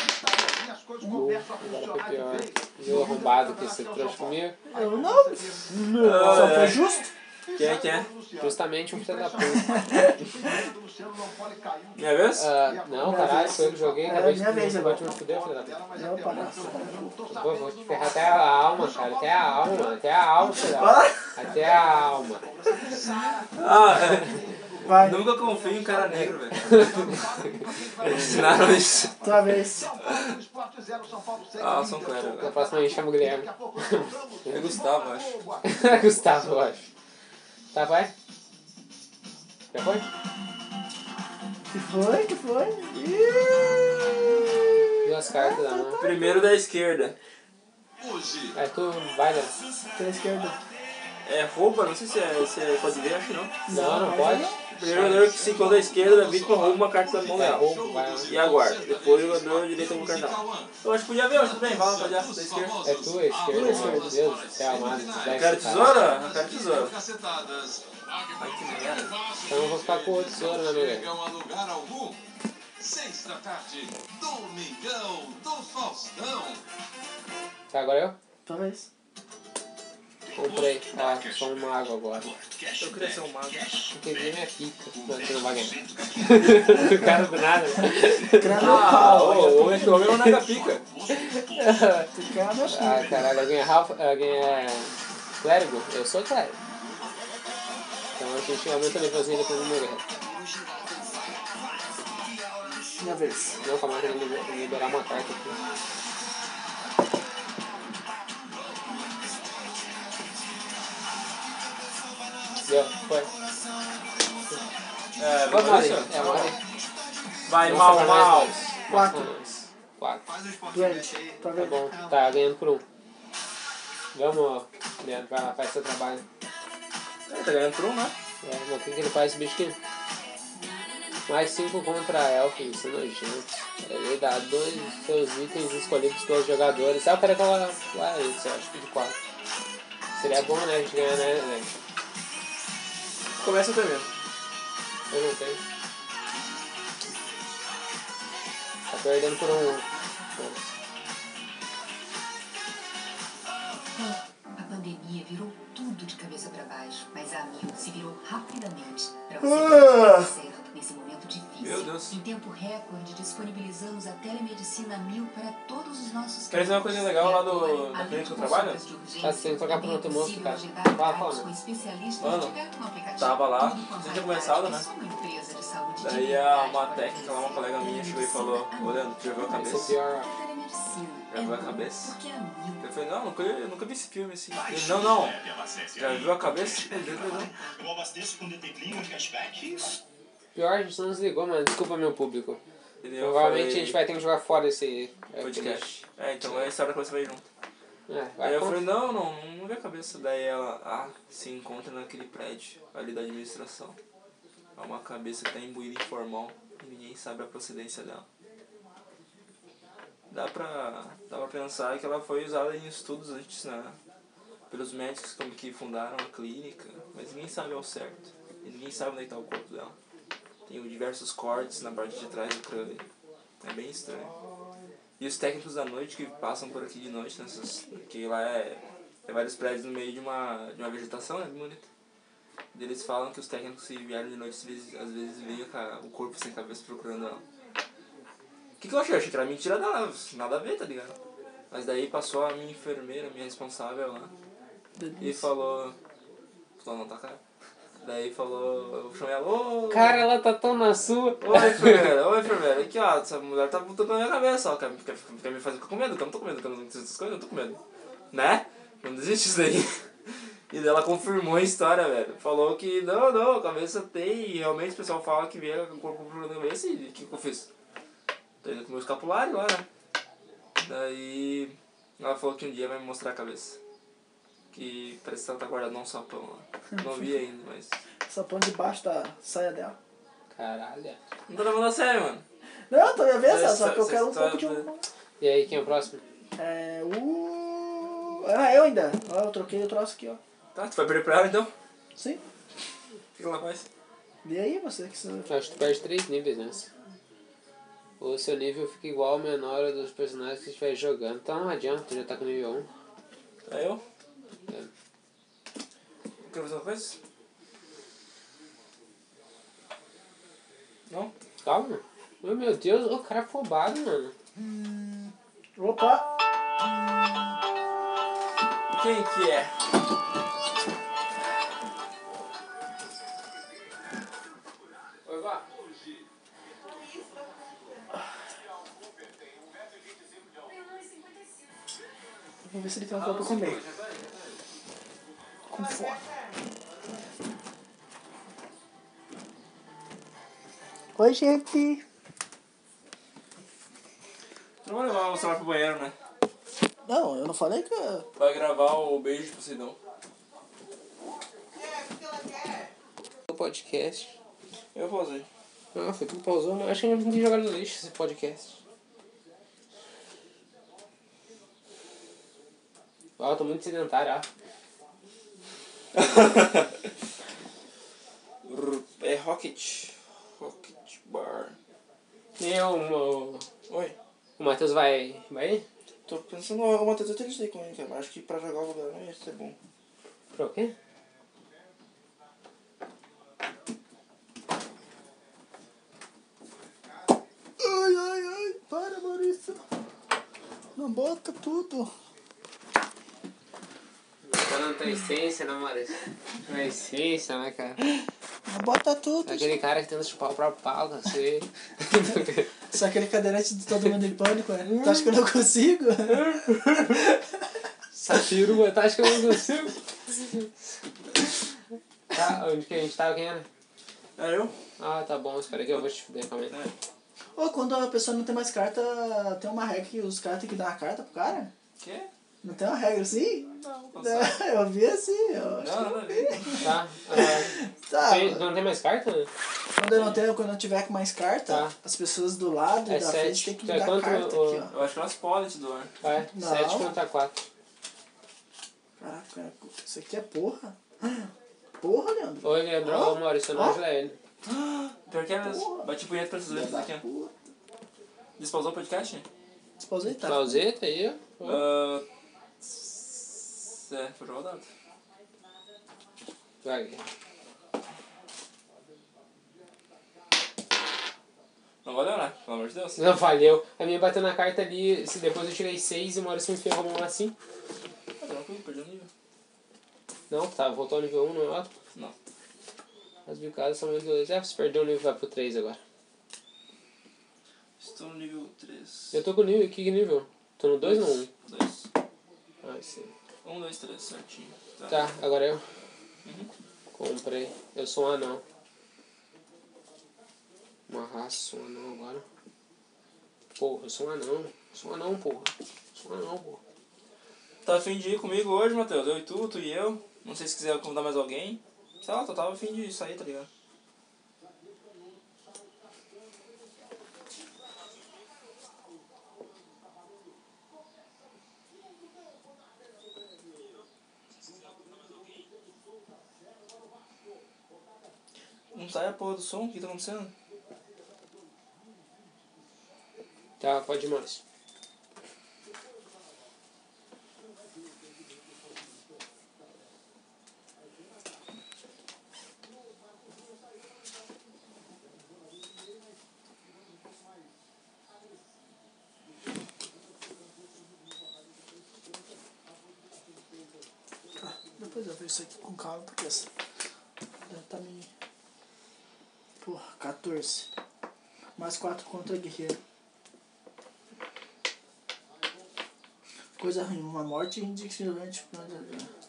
Speaker 4: E tabelinha, as coisas começam a
Speaker 1: Agora foi
Speaker 4: funcionar de
Speaker 1: pior.
Speaker 4: vez.
Speaker 1: E o arrombado que você trouxe comigo.
Speaker 2: Eu não.
Speaker 3: Ah,
Speaker 2: Só foi
Speaker 3: é.
Speaker 2: justo?
Speaker 3: Quem é que é?
Speaker 1: Justamente um filho da puta.
Speaker 3: Minha vez?
Speaker 1: Ah, não, caralho, foi eu que joguei, acabei de
Speaker 2: é minha vez
Speaker 1: começar o
Speaker 2: agora.
Speaker 1: Batman fudeu, filho da puta.
Speaker 4: é
Speaker 2: Opa,
Speaker 1: Vou, Tá vou te ferrar até a alma, cara, até a alma, até a alma, filho da
Speaker 2: Ah,
Speaker 1: puta. Até a alma.
Speaker 3: Ah,
Speaker 2: Vai,
Speaker 3: nunca confio em um cara negro, velho. Eles ensinaram isso.
Speaker 2: tua vez.
Speaker 3: Ah, são claro,
Speaker 1: Na
Speaker 3: velho.
Speaker 1: próxima a gente chama o Guilherme.
Speaker 3: É Gustavo, acho.
Speaker 1: Gustavo, eu acho. Tá, vai? Já foi?
Speaker 2: Que foi? Que foi? Ih,
Speaker 1: Duas cartas da mão.
Speaker 3: Primeiro da esquerda.
Speaker 1: Aí tu vai, né?
Speaker 2: Pela esquerda.
Speaker 3: É rouba, não sei se é, se é pode ver, acho que não.
Speaker 1: Não, não pode.
Speaker 3: Primeiro jogador que se encontra à esquerda da vítima rouba uma carta da mão
Speaker 1: É
Speaker 3: dela.
Speaker 1: roubo, vai lá.
Speaker 3: E aguarda. Depois o jogador direito rouba o cartão. Eu acho que podia ver, mas tudo bem, vai lá, rapaziada, da
Speaker 1: É
Speaker 3: esquerda.
Speaker 2: Ah,
Speaker 1: tua esquerda, meu Deus do céu, amado.
Speaker 3: Eu quero tesoura? Eu quero tesoura. Ai, que merda.
Speaker 1: Então eu vou ficar com o outro tesouro, né, amiga?
Speaker 6: Chegam a lugar algum? Seis da tarde, Domingão do Faustão.
Speaker 1: Tá, agora eu?
Speaker 2: Tua vez.
Speaker 1: Comprei. Tá, só uma água agora.
Speaker 3: Eu queria ser um mago.
Speaker 1: Porque vi minha pica. Não, tu não vai ganhar. o cara do nada.
Speaker 2: Crava meu
Speaker 3: Ah,
Speaker 2: pau.
Speaker 3: ô, ô, esse homem é um nega pica.
Speaker 2: Tu crava meu pau.
Speaker 1: ah, caralho, alguém é Ralph, alguém é clérigo? Eu sou clérigo. Então a gente aumenta a levanzinha depois do meu guerreiro.
Speaker 2: Minha vez.
Speaker 1: Não, calma, eu vou liberar uma carta aqui. Deu, foi.
Speaker 3: É,
Speaker 1: Vamos lá, gente. é
Speaker 3: Maurício.
Speaker 1: uma vez.
Speaker 3: Vai,
Speaker 1: Nossa,
Speaker 3: mal,
Speaker 1: pra
Speaker 3: mal.
Speaker 1: nós dois.
Speaker 2: Quatro.
Speaker 1: Pra nós. Quatro.
Speaker 4: um
Speaker 2: Doente. Tua
Speaker 1: Tá
Speaker 2: vez.
Speaker 1: bom, tá ganhando por um. Vamos, Leandro, vai lá, faz seu trabalho.
Speaker 3: É, Tá ganhando por um, né?
Speaker 1: É, mas o que, que ele faz esse bicho aqui? Mais 5 contra a Elf, isso é nojento. Ele dá dois dos seus itens escolhidos pelos jogadores. Ah, eu quero aquela. Ah, isso, eu acho que de 4. Seria bom, né? A gente ganhar, né? né?
Speaker 3: Começa também.
Speaker 1: Eu não tenho. Tá perdendo por um.
Speaker 8: A pandemia virou tudo de cabeça para baixo, mas a Amil se virou rapidamente para
Speaker 2: Ah!
Speaker 8: você certo nesse momento difícil.
Speaker 3: Meu Deus.
Speaker 8: Em tempo recorde, disponibilizamos a telemedicina Amil para todos os nossos
Speaker 3: Quer dizer uma coisa legal lá do- da clínica que eu trabalho?
Speaker 1: Ah, você tem que trocar por outro moço, cara. Fala, fala, né?
Speaker 3: Mano,
Speaker 8: Mano,
Speaker 3: tava lá, você tinha começado, né? Daí a, uma técnica lá, uma colega minha chegou e falou, olhando, tu já viu a
Speaker 1: Esse é
Speaker 3: cabeça?
Speaker 1: pior.
Speaker 3: Já
Speaker 8: É
Speaker 3: viu a cabeça? Eu falei, não, nunca, eu nunca vi esse filme assim. Ele, não, não, já viu a cabeça? Eu falei, não.
Speaker 9: Eu abasteço com DT Clean e cashback.
Speaker 1: Pior, a gente não desligou, mano. Desculpa, meu público.
Speaker 3: Ele, eu
Speaker 1: Provavelmente a
Speaker 3: falei,
Speaker 1: gente vai ter que jogar fora esse é,
Speaker 3: podcast. É, então é a história que você vai junto.
Speaker 1: É,
Speaker 3: Daí
Speaker 1: vai
Speaker 3: eu
Speaker 1: com-
Speaker 3: falei, não, não, não vi a cabeça. Daí ela, ah, se encontra naquele prédio ali da administração. É uma cabeça que tá imbuída em formal e ninguém sabe a procedência dela. Dá pra, dá pra pensar que ela foi usada em estudos antes, né? Pelos médicos como que fundaram a clínica, mas ninguém sabe ao certo. E ninguém sabe onde está o corpo dela. Tem diversos cortes na parte de trás do crânio. É bem estranho. E os técnicos da noite que passam por aqui de noite, nessas, que lá é, tem vários prédios no meio de uma, de uma vegetação, né? bem bonito. Eles falam que os técnicos que vieram de noite às vezes, às vezes veio ca- o corpo sem cabeça procurando ela. O que, que eu achei? Eu achei que era mentira dela, nada a ver, tá ligado? Mas daí passou a minha enfermeira, minha responsável lá, e falou. Falou, não, tá cara. Daí falou, eu chamei ela, ô!
Speaker 1: Cara, ela tá tão na sua.
Speaker 3: Oi, enfermeira, oi, enfermeira. Aqui, ó, essa mulher tá botando na minha cabeça, ó. Quer, quer, quer me fazer ficar com medo? Que eu não tô com medo, que eu não desisto dessas coisas, eu não tô com medo. Né? Não desiste isso daí. E daí ela confirmou a história, velho. Falou que não, não, a cabeça tem. E realmente o pessoal fala que vem com o corpo com problema na cabeça. E o que, que eu fiz? Tô indo com o meu escapulário lá, né? Daí ela falou que um dia vai me mostrar a cabeça. Que parece que ela tá guardando um sapão lá. Não vi ainda, mas.
Speaker 2: Sapão debaixo da saia dela.
Speaker 1: Caralho.
Speaker 3: Não tô levando a sério, mano.
Speaker 2: Não, tô minha vez,
Speaker 3: Essa-
Speaker 2: só que eu
Speaker 3: essa
Speaker 2: quero um pouco de
Speaker 3: história-
Speaker 2: um.
Speaker 1: E aí, quem é o próximo?
Speaker 2: É. Uh... Ah, eu ainda. Ó, eu troquei o troço aqui, ó.
Speaker 3: Tá, tu vai perder pra ela então?
Speaker 2: Sim.
Speaker 3: O que ela faz?
Speaker 2: E aí, você que você.
Speaker 1: Eu Acho que tu perde 3 níveis nessa. O seu nível fica igual ou menor ao dos personagens que você estiver jogando. Então não adianta, tu já um. tá com nível 1.
Speaker 3: É eu? Quer fazer uma coisa?
Speaker 1: Calma. Meu, meu Deus, o cara é afobado, mano.
Speaker 2: Opa!
Speaker 3: Quem que é?
Speaker 1: Oi, vá.
Speaker 2: Vamos ver se ele tem um pão pra comer. Com fome. Oi, gente!
Speaker 3: Não vai levar o celular pro banheiro, né?
Speaker 2: Não, eu não falei que. é. eu-
Speaker 3: Vai gravar o beijo de Poseidon.
Speaker 1: O podcast.
Speaker 3: Eu pausei.
Speaker 1: Ah, foi tu que pausou. né? Acho que a gente tem que jogar no lixo esse podcast. Ah, eu tô muito sedentário, ah.
Speaker 3: é Rocket. Rocket Bar.
Speaker 1: Eu, o,
Speaker 3: Oi.
Speaker 1: o Matheus vai. Vai ir?
Speaker 3: Tô pensando, ó, o Matheus até listei com ele, cara. mas Acho que pra jogar o lugar não ia ser bom.
Speaker 1: Pra o quê?
Speaker 2: Ai, ai, ai! Para, Maurício! Não bota tudo!
Speaker 1: Falando tua essência, né, Maurício? Tua essência, né, cara?
Speaker 2: Não bota tudo!
Speaker 1: Aquele cara que tenta chupar o próprio pau, não sei.
Speaker 2: Só aquele cadeirante do Todo Mundo em Pânico, né? Tu acha que eu não consigo?
Speaker 1: Sapiru, tá? Acho que eu não consigo. Tá, onde que a gente tava? Quem era?
Speaker 3: Era eu?
Speaker 1: Ah, tá bom, espera que eu vou te fuder, calma aí. Tá?
Speaker 2: Ou quando a pessoa não tem mais carta, tem uma regra que os caras têm que dar uma carta pro cara?
Speaker 3: Quê?
Speaker 2: Não tem uma regra assim? Não,
Speaker 3: não
Speaker 2: eu vi assim, eu acho que
Speaker 3: Não, Ah, nada a
Speaker 2: eu vi.
Speaker 3: ver.
Speaker 1: Tá. ah,
Speaker 2: Tá,
Speaker 1: tem- não tem mais carta? né?
Speaker 2: quando eu não tenho, quando eu tiver com mais carta,
Speaker 1: Tá.
Speaker 2: as pessoas do lado
Speaker 1: É
Speaker 2: da
Speaker 1: sete.
Speaker 2: frente tem que me
Speaker 1: É
Speaker 2: dar
Speaker 1: quanto
Speaker 2: carta
Speaker 1: o-
Speaker 2: aqui, ó.
Speaker 3: Eu acho que elas podem te doar.
Speaker 1: Vai,
Speaker 2: Não.
Speaker 1: 7 contra 4.
Speaker 2: Caraca, isso aqui é porra? Porra, Leandro.
Speaker 1: Oi, Leandro,
Speaker 2: Ó,
Speaker 1: ô Maurício, eu não
Speaker 2: ó.
Speaker 1: ajuda ele.
Speaker 3: Pior que elas.
Speaker 2: Porra.
Speaker 3: Bate punheta pra essas letras
Speaker 2: Filha
Speaker 3: aqui,
Speaker 2: da
Speaker 3: ó.
Speaker 2: puta.
Speaker 3: Despausou o podcast?
Speaker 2: Despausei, tá?
Speaker 1: Pauseta aí, ó.
Speaker 3: Ah. s- É, foi rodado.
Speaker 1: Vai.
Speaker 3: Não vai levar, pelo amor de Deus.
Speaker 1: Não, valeu. A minha bateu na carta ali, se depois eu tirei 6 e o Maurício me ferrou um assim.
Speaker 3: Ah, tranquilo, perdi o nível.
Speaker 1: Não, tá, voltou ao nível 1, não é? ótimo?
Speaker 3: Não.
Speaker 1: As bicadas são muito dois. É, se perdeu o nível, vai pro 3 agora.
Speaker 3: Estou no nível 3.
Speaker 1: Eu tô com o nível, que nível? Tô no 2 ou no 1?
Speaker 3: 2.
Speaker 1: Ah, sim.
Speaker 3: 1, 2, 3, certinho.
Speaker 1: Tá, agora eu. Comprei. Eu sou um anão. Uma raça, sou um anão agora. Porra, eu sou um anão. Sou um anão, porra. Sou um anão, porra.
Speaker 3: Tá afim de ir comigo hoje, Matheus? Eu e tu, tu e eu. Não sei se quiser convidar mais alguém. Sei lá, eu tava afim de sair, tá ligado? Não sai a porra do som? O que tá acontecendo?
Speaker 1: Tá, pode ir mais.
Speaker 2: Tá. Depois eu vejo isso aqui com calma, porque essa já tá me. Porra, 14. Mais 4 contra guerreiro. Coisa ruim, uma morte tipo, né? indignante.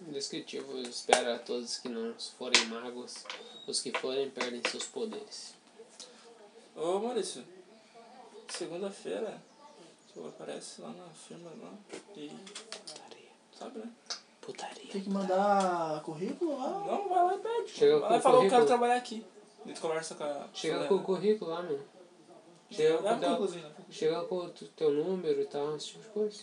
Speaker 1: Descritivo espera a todos que não forem magos. Os que forem perdem seus poderes.
Speaker 3: Ô Maurício, segunda-feira tu aparece lá na firma lá e. Sabe, né?
Speaker 1: Putaria.
Speaker 2: Tem que mandar currículo lá.
Speaker 3: Não, vai lá e pede.
Speaker 1: Chega com
Speaker 3: vai lá
Speaker 1: o
Speaker 3: e fala, eu
Speaker 1: currículo.
Speaker 3: quero trabalhar aqui. E tu conversa com a.
Speaker 1: Chega
Speaker 3: com
Speaker 1: com o currículo lá, mano. Chega
Speaker 3: Dá
Speaker 1: com, teu-
Speaker 3: um currículozinho, né?
Speaker 1: chega com o t- teu número e tal, esse tipo de coisa.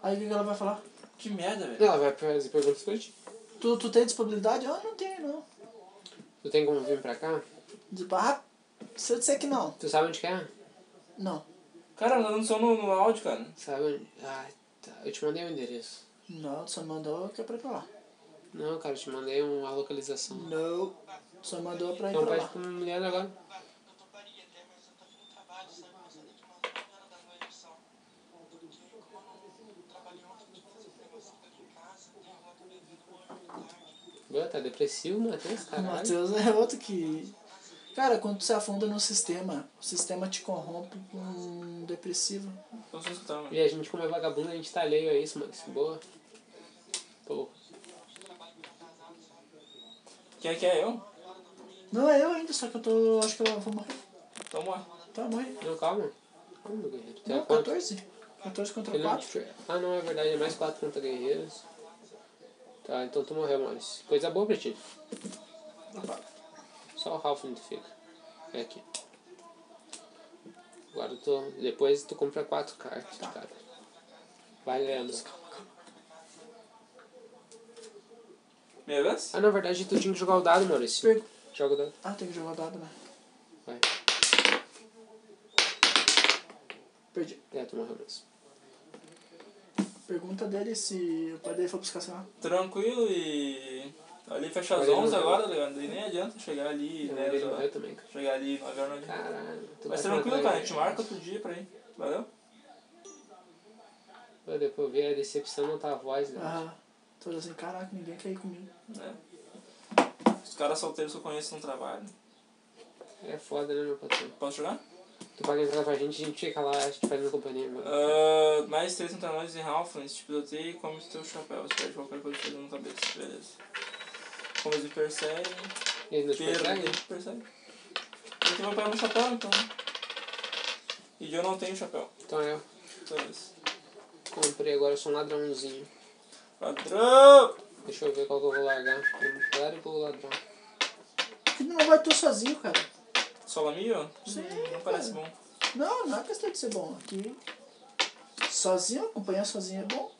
Speaker 2: Aí o que que ela vai falar?
Speaker 3: Que merda, velho.
Speaker 1: Ela vai fazer perguntas pra ti.
Speaker 2: Tu, tu tem disponibilidade? Eu não tenho, não.
Speaker 1: Tu tem como vir pra cá?
Speaker 2: Diz, Ah, se eu disser que não,
Speaker 1: Tu sabe onde que é?
Speaker 2: não.
Speaker 3: Cara, não dando som no, no áudio, cara.
Speaker 1: Sabe onde? Ah, tá. Eu te mandei o endereço.
Speaker 2: Não, só mandou que é pra ir pra lá.
Speaker 1: Não, cara, eu te mandei uma um, localização.
Speaker 2: Não. Só mandou pra ir
Speaker 1: Então
Speaker 2: pra
Speaker 1: pede
Speaker 2: lá.
Speaker 1: pro Leandro agora. um Meu, tá depressivo, Matheus,
Speaker 2: O
Speaker 1: caralho.
Speaker 2: Matheus é outro que. Cara, quando tu se afunda no sistema, o sistema te corrompe com um depressivo.
Speaker 3: Então vocês estão, né?
Speaker 1: E a gente, como é vagabundo, a gente tá alheio a isso, Max. Boa. Pô.
Speaker 3: Quem é que é eu?
Speaker 2: Não é eu ainda, só que eu tô. Acho que eu vou morrer.
Speaker 3: Então morre.
Speaker 2: Tá, morre.
Speaker 1: Não, calma. Calma, meu guerreiro. Tem a
Speaker 2: Não,
Speaker 1: conta.
Speaker 2: 14. 14 contra
Speaker 1: é Ele não
Speaker 2: 4.
Speaker 1: te- Ah, não, é verdade. É mais 4 contra guerreiros. Tá, então tu morreu, Maurício. Coisa boa pra ti. Só o Ralph não fica. É aqui. Agora tu. Depois tu compra 4 cartas, cara. Vai, Leandro.
Speaker 3: Minha vez?
Speaker 1: Ah, na verdade tu tinha que jogar o dado, Maurício.
Speaker 2: Per-
Speaker 1: Joga o dado.
Speaker 2: Ah, tem que jogar o dado, né?
Speaker 1: Vai.
Speaker 2: Perdi.
Speaker 1: É, tu morreu mesmo.
Speaker 2: Pergunta dele se o pai dele foi buscar sinal.
Speaker 3: Tranquilo e. Ali fecha
Speaker 1: Mas
Speaker 3: as
Speaker 1: ele não
Speaker 3: 11
Speaker 1: jogou.
Speaker 3: agora, Leandro. E nem adianta chegar ali, né?
Speaker 1: Ele morreu também, cara.
Speaker 3: Chegar ali 9 horas não adianta.
Speaker 1: Caralho. tu tá
Speaker 3: Mas
Speaker 1: vai
Speaker 3: tranquilo,
Speaker 1: matar
Speaker 3: cara. A
Speaker 1: ele.
Speaker 3: gente marca outro dia pra ir. Valeu?
Speaker 1: Pô, Depois ver a decepção não tá a voz, né?
Speaker 2: Ah, tô assim, caraca, ninguém quer ir comigo.
Speaker 3: É. Os caras solteiros que eu conheço não trabalham.
Speaker 1: É foda, né, meu patrão?
Speaker 3: Posso jogar?
Speaker 1: Tu paga entrar com a gente, a gente fica lá, a gente faz companhia. Mano.
Speaker 3: Ah, mais três contra nós e Halflings, te piloteia e come teu chapéu. Você perde qualquer coisa que no cabeça. Beleza. Como eles me perseguem.
Speaker 1: E aí, não te
Speaker 3: Perde,
Speaker 1: persegue?
Speaker 3: eles perseguem. Eu tenho meu no chapéu, então. E eu não tenho chapéu. é
Speaker 1: Então eu
Speaker 3: Talvez.
Speaker 1: comprei agora, eu sou um ladrãozinho.
Speaker 3: Padrão!
Speaker 1: Deixa eu ver qual que eu vou largar. Eu claro e vou ladrão.
Speaker 2: Ele não vai tu sozinho, cara.
Speaker 3: Solamio?
Speaker 2: Sim,
Speaker 3: Não parece bom.
Speaker 2: Não, não é questão de ser bom. Aqui. Sozinho, acompanhar sozinho é bom.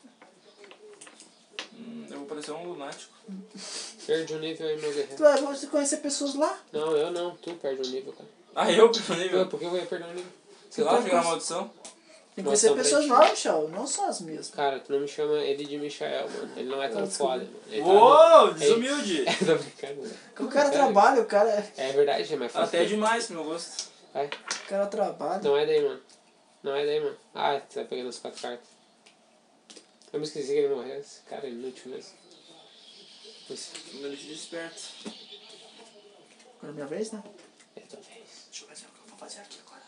Speaker 3: Hum, eu vou parecer um lunático.
Speaker 1: Perde um nível aí, meu
Speaker 2: Tu
Speaker 1: guerreiro.
Speaker 2: vai você conhecer pessoas lá.
Speaker 1: Não, eu não. Tu perde um nível, cara.
Speaker 3: Ah, eu, pelo nível.
Speaker 1: Eu, por que eu ia perder um nível?
Speaker 3: Sei lá, jogar uma maldição.
Speaker 2: Tem que
Speaker 1: Nossa,
Speaker 2: conhecer
Speaker 1: eu
Speaker 2: pessoas
Speaker 1: aprendi.
Speaker 2: novas, Michel, não só as mesmas.
Speaker 1: Cara, tu não me chama ele de Michael, mano. Ele não é tão foda, mano. Ele tá-
Speaker 3: Uou, desumilde!
Speaker 1: É, tô brincando, mano.
Speaker 2: Porque o cara
Speaker 1: Sério?
Speaker 2: trabalha, o cara,
Speaker 1: É verdade, é mais fácil.
Speaker 3: Até demais pro meu gosto.
Speaker 1: Vai.
Speaker 2: o cara trabalha.
Speaker 1: Não é daí, mano. Não é daí, mano. Ah, você tá pegando as quatro cartas. Eu me esqueci que ele morresse. Cara, é inútil mesmo. Pois,
Speaker 3: Ele te desperta.
Speaker 2: Agora é minha vez, né?
Speaker 1: é tua vez.
Speaker 2: Deixa eu fazer o que eu vou fazer aqui agora.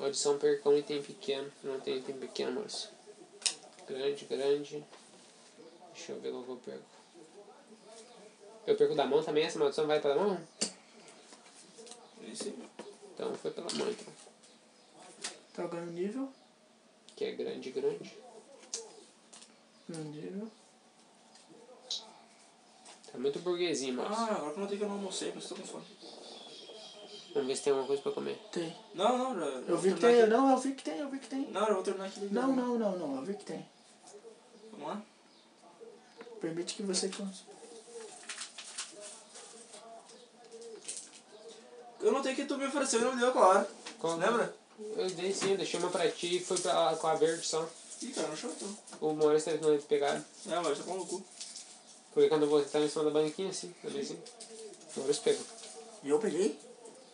Speaker 1: Audição perca um item pequeno. Não tem item pequeno, moço. Grande, grande. Deixa eu ver qual que eu perco. Eu perco da mão também? Essa maldição vai pela mão?
Speaker 3: Isso aí.
Speaker 1: Então foi pela mão, então.
Speaker 2: Tá ganhando nível.
Speaker 1: Que é grande, grande.
Speaker 2: Ganhando nível.
Speaker 1: Tá muito burguesinho, moço.
Speaker 3: Ah, agora que eu notei que eu não almocei, mas tô com fome.
Speaker 1: Vamos ver se tem alguma coisa pra comer.
Speaker 2: Tem. Tá
Speaker 3: Não, não, já.
Speaker 2: Eu
Speaker 3: vou
Speaker 2: vi que
Speaker 3: terminar
Speaker 2: tem.
Speaker 3: aqui.
Speaker 2: Não, eu vi que tem, eu vi que tem.
Speaker 3: Não, eu vou terminar aqui.
Speaker 2: Não, não, não, não. Eu vi que tem.
Speaker 3: Vamos lá?
Speaker 2: Permite que você cons-
Speaker 3: Eu notei que tu me ofereceu e não me deu a clara.
Speaker 1: Qual?
Speaker 3: Lembra?
Speaker 1: Eu dei sim, eu deixei uma pra ti e fui pra, com a verde só.
Speaker 3: Ih, cara, não chorou.
Speaker 1: O Maurício teve que pegar.
Speaker 3: É, mas tá com o cu.
Speaker 1: Porque quando você tá em cima da banquinha, assim, também assim. Agora você pegou.
Speaker 2: Eu peguei?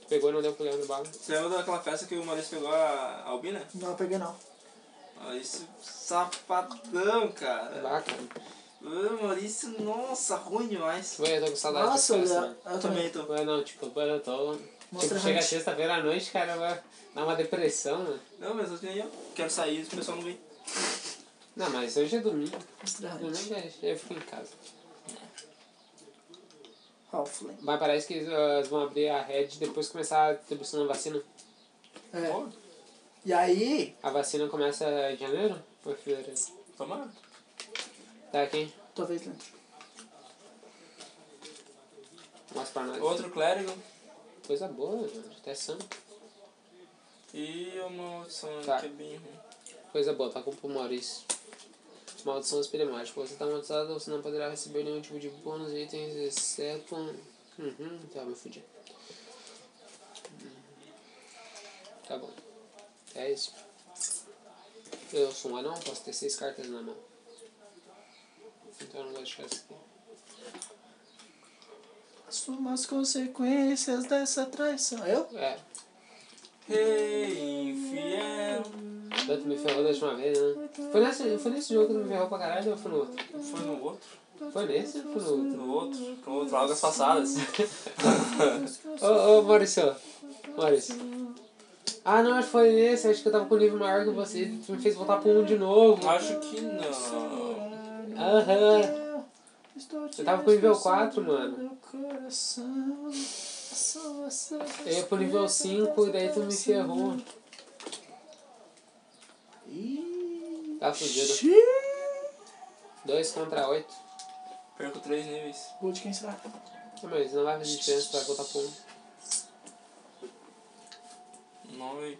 Speaker 1: Tu Pegou e não deu pro Leandro bala.
Speaker 3: Você lembra daquela festa que o Maurício pegou a Albina?
Speaker 2: Não, eu peguei não.
Speaker 3: Ah, esse safadão, cara.
Speaker 1: Lá, cara.
Speaker 3: Ô, Maurício, nossa, ruim demais.
Speaker 1: Ué, eu tô com saudade
Speaker 2: Nossa,
Speaker 1: dessa
Speaker 2: eu,
Speaker 1: festa.
Speaker 2: eu também.
Speaker 3: Eu também então. tô.
Speaker 1: Ué, não, tipo, mano, eu tô...
Speaker 2: Mostra
Speaker 1: Tipo,
Speaker 2: a
Speaker 1: chega
Speaker 2: gente.
Speaker 1: sexta-feira à noite, cara, vai dar uma depressão, né?
Speaker 3: Não, mas eu tenho. Quero sair, o pessoal não vem.
Speaker 1: Não, mas hoje é domingo.
Speaker 2: Estranho.
Speaker 1: Domingo é- eu fico em casa.
Speaker 2: Halfling.
Speaker 1: Mas parece que ah, eles vão abrir a Red e depois começar a distribuição da vacina.
Speaker 2: É. E aí,
Speaker 1: A vacina começa em janeiro? Ou fevereiro?
Speaker 3: Tomara.
Speaker 1: Tá aqui,
Speaker 2: talvez dentro.
Speaker 1: mostra pra nós.
Speaker 3: Outro clérigo
Speaker 1: Coisa boa, mano. Até santo.
Speaker 3: e uma maldição
Speaker 1: Tá.
Speaker 3: que é bem ruim.
Speaker 1: Coisa boa, tá com o Maurício. Maldição dos pneumáticos. Você tá amaldiçoado, você não poderá receber nenhum tipo de bônus, itens, exceto. Uhum, tá, me fudi. Uhum. Tá bom. É isso. Eu sou um anão, posso ter seis cartas na mão. Então eu não vou deixar isso aqui.
Speaker 2: Assuma as consequências dessa traição. Eu?
Speaker 1: É.
Speaker 3: Hey, infiel.
Speaker 1: Tanto me ferrou da última vez, né? Foi nesse, foi nesse jogo que tu me ferrou pra caralho ou foi no outro?
Speaker 3: Foi no outro?
Speaker 1: Foi nesse ou foi no outro?
Speaker 3: No outro? No outro, é algas passadas.
Speaker 1: Ô, ô, Maurício. Maurício. Ah, não, acho que foi nesse. Acho que eu tava com o livro maior que você. Tu me fez voltar pro um de novo.
Speaker 3: Acho que não.
Speaker 1: Aham.
Speaker 2: Estou te
Speaker 1: Eu tava com o nível 4,
Speaker 2: destruindo
Speaker 1: mano.
Speaker 2: meu coração. Sou a sua
Speaker 1: Eu ia pro nível 5 e daí tu me ferrou.
Speaker 2: Ih.
Speaker 1: Tá fudido.
Speaker 2: Xiii.
Speaker 1: 2 contra 8.
Speaker 3: Perco três níveis.
Speaker 2: Gol de quem será?
Speaker 1: Mas não vai fazer diferença, tu vai voltar pro um. 1.
Speaker 3: Nove.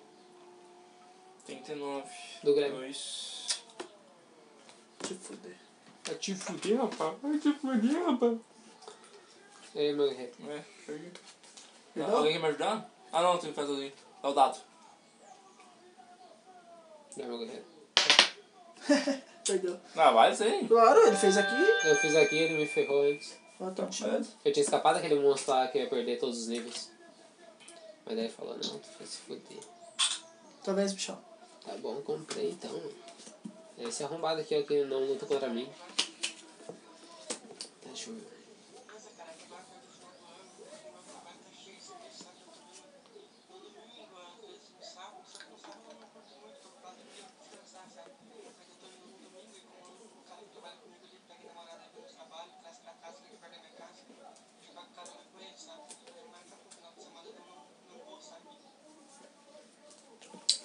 Speaker 3: Trinta e nove.
Speaker 1: Do Grêmio.
Speaker 3: Dois.
Speaker 2: Te fuder.
Speaker 1: Vai te fuder, rapaz. Vai te fuder, rapaz. E aí, meu guerreiro?
Speaker 3: É, perdi.
Speaker 2: Perdão?
Speaker 3: Alguém quer me ajudar? Ah, não, tu me faz sozinho. É o dado.
Speaker 1: Não, meu guerreiro.
Speaker 2: Perdeu.
Speaker 3: Ah, vai sim.
Speaker 2: Claro, ele fez aqui.
Speaker 1: Eu fiz aqui, ele me ferrou antes.
Speaker 2: Agora tá tirando.
Speaker 1: Eu tinha escapado daquele monstro lá que ia perder todos os níveis. Mas daí falou, não, tu foi se fuder.
Speaker 2: Talvez, bichão.
Speaker 1: Tá bom, comprei então. Esse arrombado aqui é o que não luta contra mim. Tá, Deixa eu ver.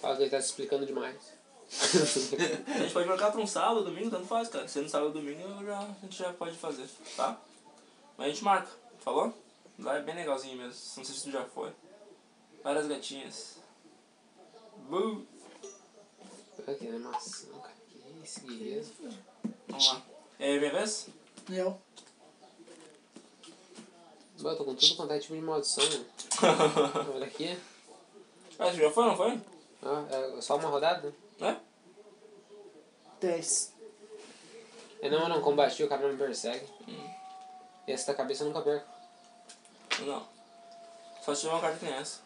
Speaker 1: Fala que ele tá se explicando demais.
Speaker 3: A gente pode marcar pra um sábado, domingo, tanto faz, cara. Se não sábado ou domingo, eu já, a gente já pode fazer, tá? Mas a gente marca, falou? Lá é bem legalzinho mesmo, não sei se tu já foi. Várias gatinhas. Bu!
Speaker 1: Olha que animação, cara. Que isso, guerreiro.
Speaker 3: Vamos lá. É minha vez?
Speaker 2: Eu.
Speaker 1: Bom, eu tô com tudo quanto é tipo de maldição. né? Olha aqui.
Speaker 3: Ah, tu já foi, não foi?
Speaker 1: Ah, é só uma rodada?
Speaker 3: Né?
Speaker 2: 10.
Speaker 1: Eu É não, eu não combati, o cara não me persegue. E essa da cabeça eu nunca perco.
Speaker 3: Não. Só se tiver uma carta que nem essa.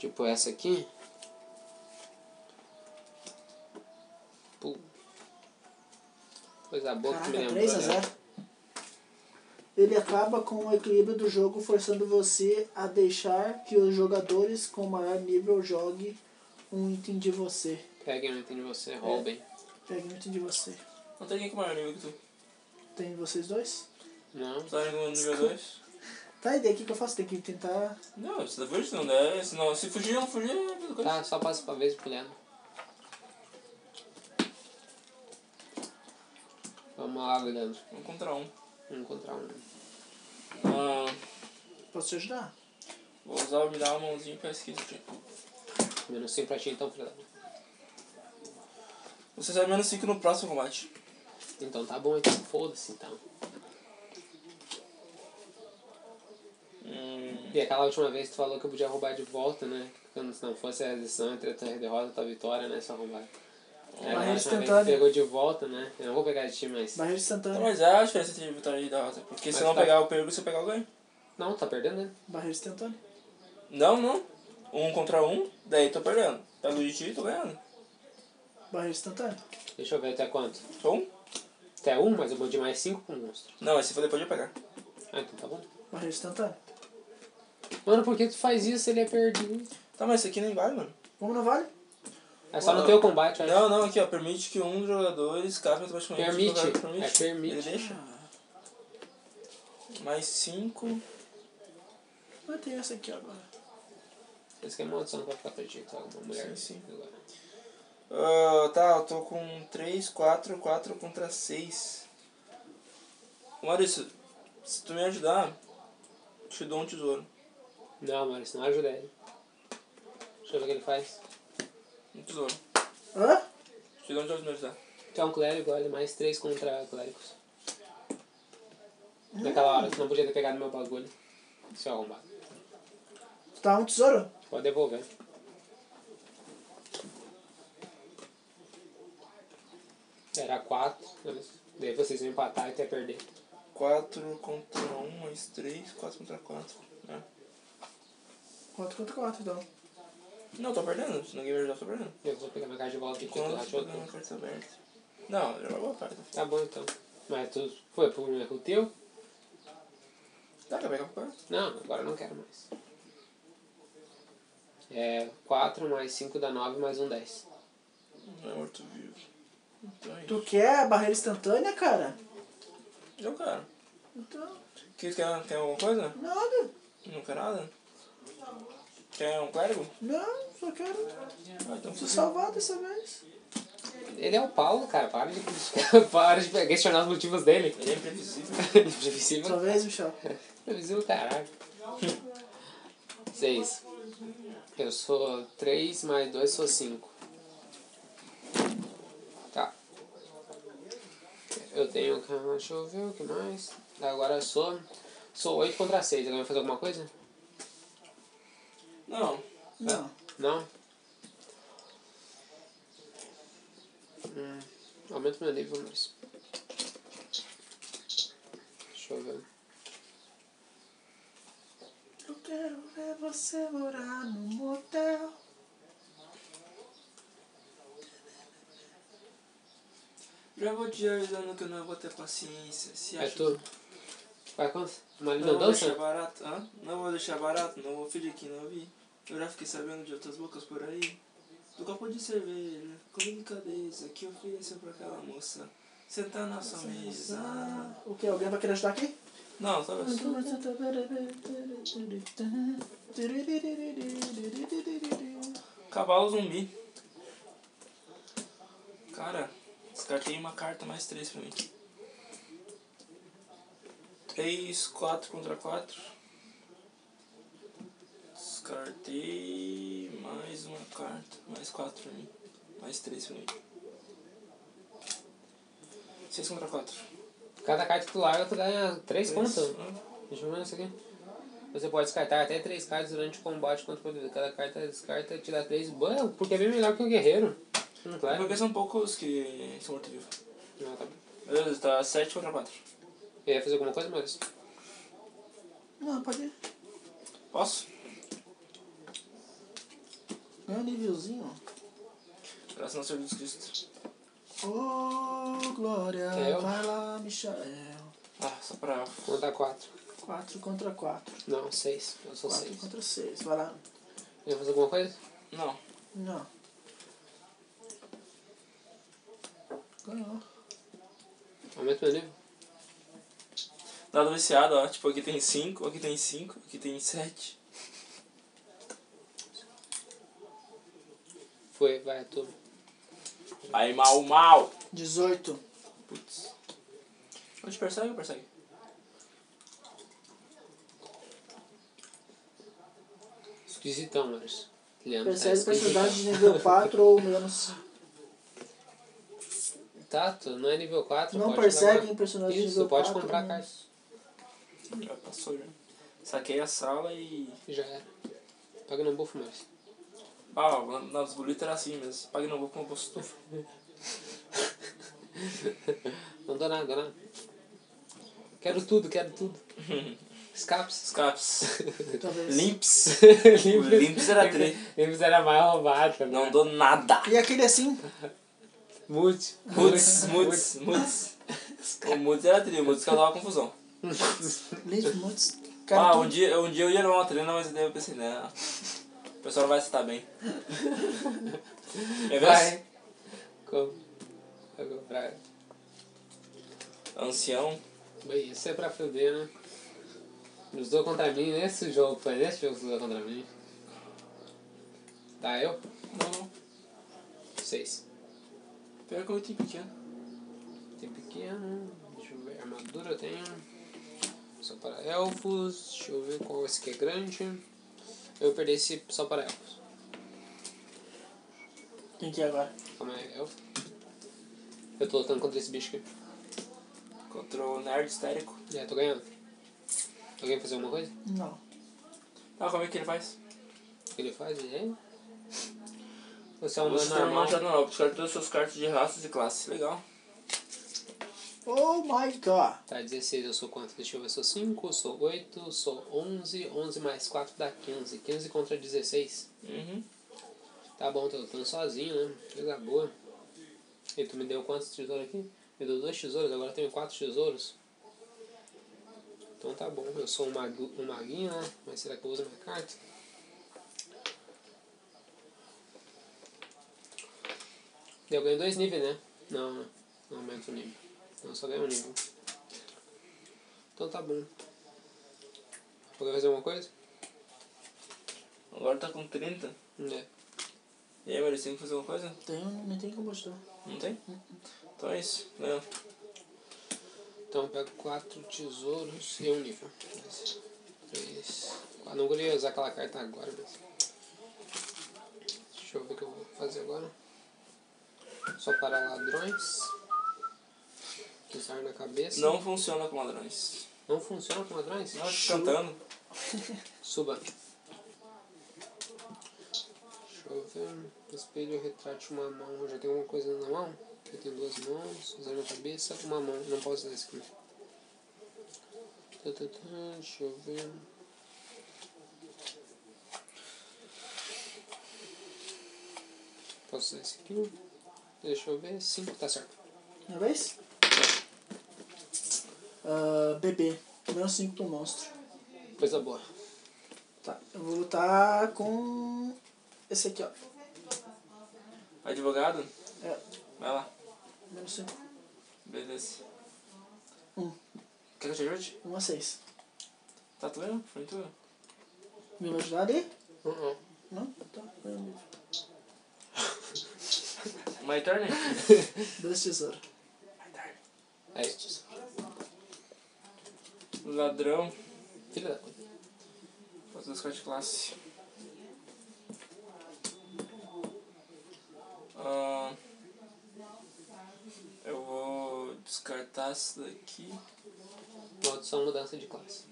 Speaker 1: Tipo essa aqui. Pum. Coisa boa que tu me
Speaker 2: Caraca,
Speaker 1: lembrou.
Speaker 2: 3 a
Speaker 1: né?
Speaker 2: 0. Ele acaba com o equilíbrio do jogo, forçando você a deixar que os jogadores com maior nível joguem um item de você.
Speaker 1: Peguem, não entendi você, roubem.
Speaker 2: Pegue um item de você.
Speaker 3: Não tem ninguém com maior nível que tu.
Speaker 2: Tem vocês dois?
Speaker 1: Não,
Speaker 3: Tu tá no nível 2?
Speaker 2: Tá, e daí o que, que eu faço? Tem que tentar.
Speaker 3: Não, se depois não der, se não, se fugir, não fugir, é a mesma coisa.
Speaker 1: tá, só passa pra vez pro Leandro. Vamos lá, Leandro.
Speaker 3: Um contra um.
Speaker 1: Vamos encontrar um.
Speaker 3: Ah,
Speaker 2: Posso te ajudar?
Speaker 3: vou usar o me dar uma mãozinha pra esquecer.
Speaker 1: Menos 100 pra ti então, filha da puta.
Speaker 3: Você sai menos 5 no próximo combate.
Speaker 1: Então tá bom, então foda-se então.
Speaker 3: Hum,
Speaker 1: E aquela última vez tu falou que eu podia roubar de volta, né? Quando se não fosse a decisão entre a tua derrota e a tua vitória, né? Só roubar. É, a
Speaker 2: Barreiro
Speaker 1: última vez tu
Speaker 2: instantâneo.
Speaker 1: pegou de volta, né? Eu não vou pegar de ti, mas.
Speaker 2: Barreira de
Speaker 3: tá,
Speaker 2: Santana.
Speaker 3: mas é a diferença entre vitória e derrota. Porque se
Speaker 1: Mas
Speaker 3: eu não
Speaker 1: tá.
Speaker 3: pegar o perigo, se eu pegar o ganho.
Speaker 1: Não, tá perdendo, né?
Speaker 2: Barreira de Santana.
Speaker 3: Não, não. Um contra um, daí tô perdendo. Pego de ti, tô ganhando.
Speaker 2: Barreira de Santana.
Speaker 1: Deixa eu ver até quanto.
Speaker 3: Tô um?
Speaker 1: Até um, mas eu mandei mais cinco pro monstro.
Speaker 3: Não, esse foi depois de eu pegar.
Speaker 1: Ah, então tá bom.
Speaker 2: Barreira de Santana.
Speaker 1: Mano, por que tu faz isso? Ele é perdido.
Speaker 3: Tá, mas esse aqui nem vale, mano.
Speaker 2: Vamos no vale?
Speaker 1: É só no teu combate, eu acho.
Speaker 3: Não, não, aqui ó. Permite que um dos jogadores escape automaticamente.
Speaker 1: Permite.
Speaker 3: do jogador.
Speaker 1: É, permite.
Speaker 3: Ele deixa. Mais 5.
Speaker 2: Mas tem essa aqui agora.
Speaker 1: Esse que é maldição que vai ficar pra ti, tá? Uma mulher.
Speaker 3: Sim, sim.
Speaker 1: Agora.
Speaker 3: Ah, tá, eu tô com 3, 4, 4 contra 6. Maurício, se tu me ajudar, eu te dou um tesouro.
Speaker 1: Não, mano, isso não ajuda ele. Deixa eu ver o que ele faz.
Speaker 3: Um tesouro.
Speaker 2: Hã?
Speaker 3: Te dou um tesouro se me ajudar.
Speaker 1: Tu é um clérigo, olha, mais três contra clérigos. Naquela hora, tu não podia ter pegado meu bagulho. é Seu arrombado.
Speaker 2: Tá um tesouro?
Speaker 1: Pode devolver. Era quatro. Daí vocês iam empatar e até perder.
Speaker 3: 4 contra 1, mais 3, 4 contra 4. né?
Speaker 2: 4 contra 4, então.
Speaker 3: Não, tô perdendo. Se ninguém me ajudar, eu tô perdendo.
Speaker 1: Eu vou pegar minha caixa de volta aqui,
Speaker 3: Quando
Speaker 1: tirar
Speaker 3: eu tô
Speaker 1: outro.
Speaker 3: pegando uma carta aberta. Não, já vou atrás.
Speaker 1: Tá bom então. Mas tu foi pro primeiro com o teu?
Speaker 3: Dá pra pegar por carta?
Speaker 1: Não, agora eu não quero mais. É 4 mais 5 dá 9 mais 1, 10.
Speaker 3: Não é morto-vivo. Então é isso.
Speaker 2: Tu quer barreira instantânea, cara?
Speaker 3: Eu quero.
Speaker 2: Então,
Speaker 3: Quer, quer, quer alguma coisa?
Speaker 2: nada.
Speaker 3: Não quer nada? Quer um clérigo?
Speaker 2: Não, só quero
Speaker 3: Ah, então
Speaker 2: te
Speaker 3: você
Speaker 2: salvar dessa vez.
Speaker 1: Ele é o Paulo, cara. Para de, para de questionar os motivos dele.
Speaker 3: Ele é imprevisível.
Speaker 1: Imprevisível.
Speaker 2: Talvez, Michel.
Speaker 1: Imprevisível, caralho. 6. Eu sou 3 mais 2, sou 5. Tá. Eu tenho. Deixa eu ver o que mais. Agora eu sou. Sou 8 contra 6. Agora vai fazer alguma coisa?
Speaker 3: Não.
Speaker 2: Não.
Speaker 1: Não? Hum, aumento meu nível mais. Deixa eu ver.
Speaker 2: Eu quero ver você morar num motel.
Speaker 3: Já vou te avisando que eu não vou ter paciência. Se
Speaker 1: É
Speaker 3: acha-
Speaker 1: tu. Vai quanto? Mas
Speaker 3: Não
Speaker 1: não
Speaker 3: vou deixar
Speaker 1: dança?
Speaker 3: barato. Hã? Não vou deixar barato, não vou fingir que não vi. Eu já fiquei sabendo de outras bocas por aí. Do copo de cerveja, com delicadeza, que ofereceu pra aquela moça. Sentar na sua mesa.
Speaker 2: O que? Alguém vai querer ajudar aqui?
Speaker 3: Não, sabe assim? Cavalo zumbi. Cara, descartei uma carta mais três pra mim. 3, 4 contra 4. Descartei mais uma carta. Mais 4 pra mim. Mais 3 pra mim. 6 contra 4.
Speaker 1: Cada carta que tu larga, tu ganha 3 pontos. Deixa eu ver isso aqui. Você pode descartar até 3 cartas durante o combate contra o poder. Cada carta descarta te dá 3 ban, porque é bem melhor que o guerreiro. Hum,
Speaker 3: Vai
Speaker 1: claro.
Speaker 3: porque são poucos que são mortos-vivos.
Speaker 1: Ah, tá bom.
Speaker 3: Beleza, tá 7 contra 4.
Speaker 1: Eu ia fazer alguma coisa, mas.
Speaker 2: Não, pode ir.
Speaker 3: Posso?
Speaker 2: Ganha um nívelzinho.
Speaker 3: Graças a nosso Senhor Jesus Cristo.
Speaker 2: Ô, Glória.
Speaker 1: É eu?
Speaker 2: Vai lá, Michel.
Speaker 3: Ah, só pra.
Speaker 1: Conta 4.
Speaker 2: 4 contra 4.
Speaker 1: Não, 6. Eu sou
Speaker 2: 4
Speaker 1: 6.
Speaker 2: contra 6. Vai lá.
Speaker 1: Eu ia fazer alguma coisa?
Speaker 3: Não.
Speaker 2: Não. Ganhou.
Speaker 1: Aumento meu nível.
Speaker 3: Dado viciado, ó. Tipo, aqui tem 5, aqui tem 5, aqui tem 7.
Speaker 1: Foi, vai, tu.
Speaker 3: Aí mal, mal!
Speaker 2: 18.
Speaker 3: Putz. Onde persegue ou persegue?
Speaker 1: Esquisitão, mas. Leandro. tá
Speaker 2: Percebe
Speaker 1: esquisito.
Speaker 2: personalidade de nível 4 né? ou menos.
Speaker 1: Tá, tu não é nível 4.
Speaker 2: Não
Speaker 1: pode
Speaker 2: persegue
Speaker 1: comprar.
Speaker 2: em personagem de
Speaker 1: Isso,
Speaker 2: nível né?
Speaker 1: tu pode
Speaker 2: 4
Speaker 1: comprar
Speaker 2: ou menos.
Speaker 1: cartas.
Speaker 3: Já passou já. Saquei a sala e.
Speaker 1: Já era. Paga não bufo mais.
Speaker 3: Ah, lá nas bolitas era assim mesmo. Pague não vou com o bolso estufa.
Speaker 1: Não dou nada, dou nada. Quero tudo, quero tudo. Escapes.
Speaker 3: Escapes.
Speaker 2: Talvez.
Speaker 3: Limps.
Speaker 1: Limpes.
Speaker 3: Limpes era três.
Speaker 1: Limpes era mais roubado. né?
Speaker 3: Não dou nada.
Speaker 2: E aquele assim?
Speaker 1: Mute.
Speaker 3: Muts, muts, muts. O Muts era tri, o Muts causava confusão.
Speaker 2: Leite Muts. Cara,
Speaker 3: Ah,
Speaker 2: tu-
Speaker 3: um dia, um dia eu ia numa treina, mas daí eu pensei, né? O pessoal não vai se dar bem. Quer ver?
Speaker 1: Vai. Como? Vai comprar.
Speaker 3: Ancião.
Speaker 1: Bem, isso é pra foder, né? Usou contra mim nesse jogo, foi nesse jogo que usou contra mim. Tá, eu?
Speaker 3: Não, não.
Speaker 1: Seis.
Speaker 3: Pior que eu tenho pequeno.
Speaker 1: Tem pequeno, deixa eu ver, armadura eu tenho. Só para elfos, deixa eu ver qual esse aqui é grande. Eu perdi esse só para elfos.
Speaker 2: Quem que é agora?
Speaker 1: Calma aí, elfo. Eu tô lutando contra esse bicho aqui.
Speaker 3: Contra o nerd histérico.
Speaker 1: Já tô ganhando. Alguém fazer alguma coisa?
Speaker 2: Não.
Speaker 3: Ah, como é que ele faz?
Speaker 1: O que ele faz? Ele é? Você é um humano
Speaker 3: Você tem
Speaker 2: é
Speaker 3: uma
Speaker 2: um
Speaker 1: normal.
Speaker 3: machado não, descarta todas as suas cartas de raças e classes. Legal.
Speaker 2: Oh my god.
Speaker 1: Tá, 16 eu sou quanto? Deixa eu ver, sou 5, sou 8, sou 11, 11 mais 4 dá 15. 15 contra 16.
Speaker 3: Uhum.
Speaker 1: Tá bom, tô lutando sozinho, né? Coisa boa. E tu me deu quantos tesouros aqui? Me deu dois tesouros, agora eu tenho quatro tesouros. Então tá bom, eu sou um, magu, um maguinho, né? Mas será que eu uso minha carta? Eu ganhei dois níveis, né? Não, não, não aumenta o nível. Não, só ganho um nível. Então tá bom. Poder fazer alguma coisa?
Speaker 3: Agora tá com 30.
Speaker 1: É.
Speaker 3: E aí, Maurício, tem que fazer alguma coisa?
Speaker 2: Tem, um- não tem como Uhum. ajudar.
Speaker 3: Não tem? Então é isso. Ganhou.
Speaker 1: Então eu pego quatro tesouros e um nível. Dois, Três. quatro. Não queria usar aquela carta agora, mas. Deixa eu ver o que eu vou fazer agora. Só para ladrões. Pisar na cabeça.
Speaker 3: Não funciona com ladrões.
Speaker 1: Não funciona com ladrões?
Speaker 3: Não, fica cantando.
Speaker 1: Suba. Deixa eu ver. Espelho, retrate uma mão. Eu já tenho alguma coisa na mão? Eu tenho duas mãos, usar minha cabeça, uma mão. Não posso usar isso aqui. Tá, tá, tá. Deixa eu ver. Posso usar isso aqui? Deixa eu ver. Cinco, tá certo.
Speaker 2: Minha é vez? Ah, bebê. Menos 5 pro monstro.
Speaker 1: Coisa boa.
Speaker 2: Tá. Eu vou lutar com esse aqui, ó.
Speaker 3: Advogado?
Speaker 2: É.
Speaker 3: Vai lá.
Speaker 2: Menos 5.
Speaker 3: Beleza.
Speaker 2: Hum.
Speaker 3: Quer que eu te ajude?
Speaker 2: 1 a 6.
Speaker 3: Tá tudo bem? Foi tudo.
Speaker 2: Me vai ajudar ali?
Speaker 1: Uh -uh.
Speaker 2: Não? Tá.
Speaker 3: My turn?
Speaker 2: Dois tesouros.
Speaker 1: É isso.
Speaker 3: Ladrão.
Speaker 1: Filha da puta.
Speaker 3: Fazer os de classe. Ah, eu vou descartar essa daqui.
Speaker 1: Maldição mudança de classe.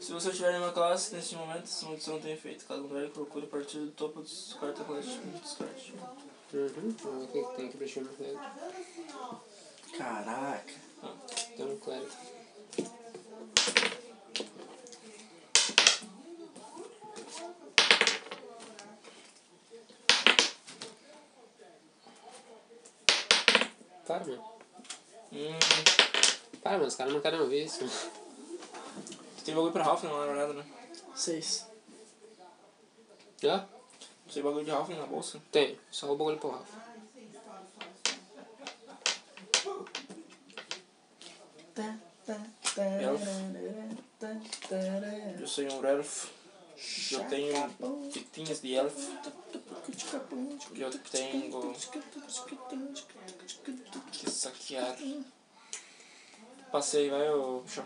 Speaker 3: Se você tiver em uma classe neste momento, essa maldição tem efeito. Caso contrário, procure partir do topo dos cartas coletivo de descarte.
Speaker 1: Uhum. Vamos ver o que tem aqui pra chamar dentro.
Speaker 2: Caraca.
Speaker 1: Tem um clérigo. Para, mano.
Speaker 3: Hum,
Speaker 1: Para, mano. Os caras não querem ouvir isso.
Speaker 3: tu tem bagulho pra Ralph não era nada, né?
Speaker 2: 6.
Speaker 1: Já?
Speaker 3: Tu tem bagulho de Ralph na bolsa?
Speaker 1: Tem. Só o bagulho pro Rafa.
Speaker 2: Tá, tá,
Speaker 3: Eu sou um elf. Eu
Speaker 2: Oh,
Speaker 3: tenho fitinhas de elf. Eu tenho que saquear. Passei, vai, ô bicho.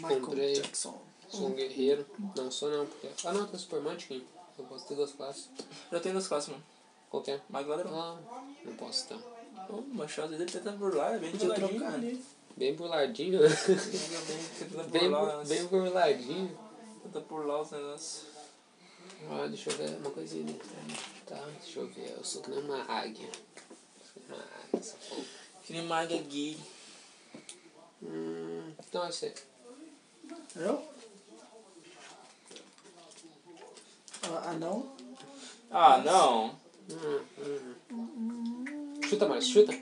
Speaker 1: Comprei.
Speaker 2: Michael Jackson.
Speaker 1: Sou um guerreiro. Não sou não, porque. Ah não, tem super mantiquinho. Eu posso ter duas classes.
Speaker 3: Já tenho duas classes, mano.
Speaker 1: Qualquer.
Speaker 3: Mas agora não.
Speaker 1: Ah, não posso então. ter.
Speaker 3: O machado dele tenta burlar, é bem de
Speaker 2: Podia
Speaker 3: ladinho.
Speaker 2: trocar.
Speaker 3: né?
Speaker 1: Bem burladinho, né?
Speaker 3: Joga bem, Tenta
Speaker 1: Bem,
Speaker 3: burlar,
Speaker 1: bu-
Speaker 3: mas-
Speaker 1: bem burladinho.
Speaker 3: tenta burlar os negócios.
Speaker 1: Ah, deixa eu ver uma coisinha ali. Tá, deixa eu ver. Eu sou que nem uma águia. Sou Uma águia, essa porra.
Speaker 3: Que nem maga gay.
Speaker 1: Hum, então eu sei.
Speaker 2: Eu? Ah, não?
Speaker 3: Ah, não.
Speaker 1: Hum, hum. Chuta, mais chuta.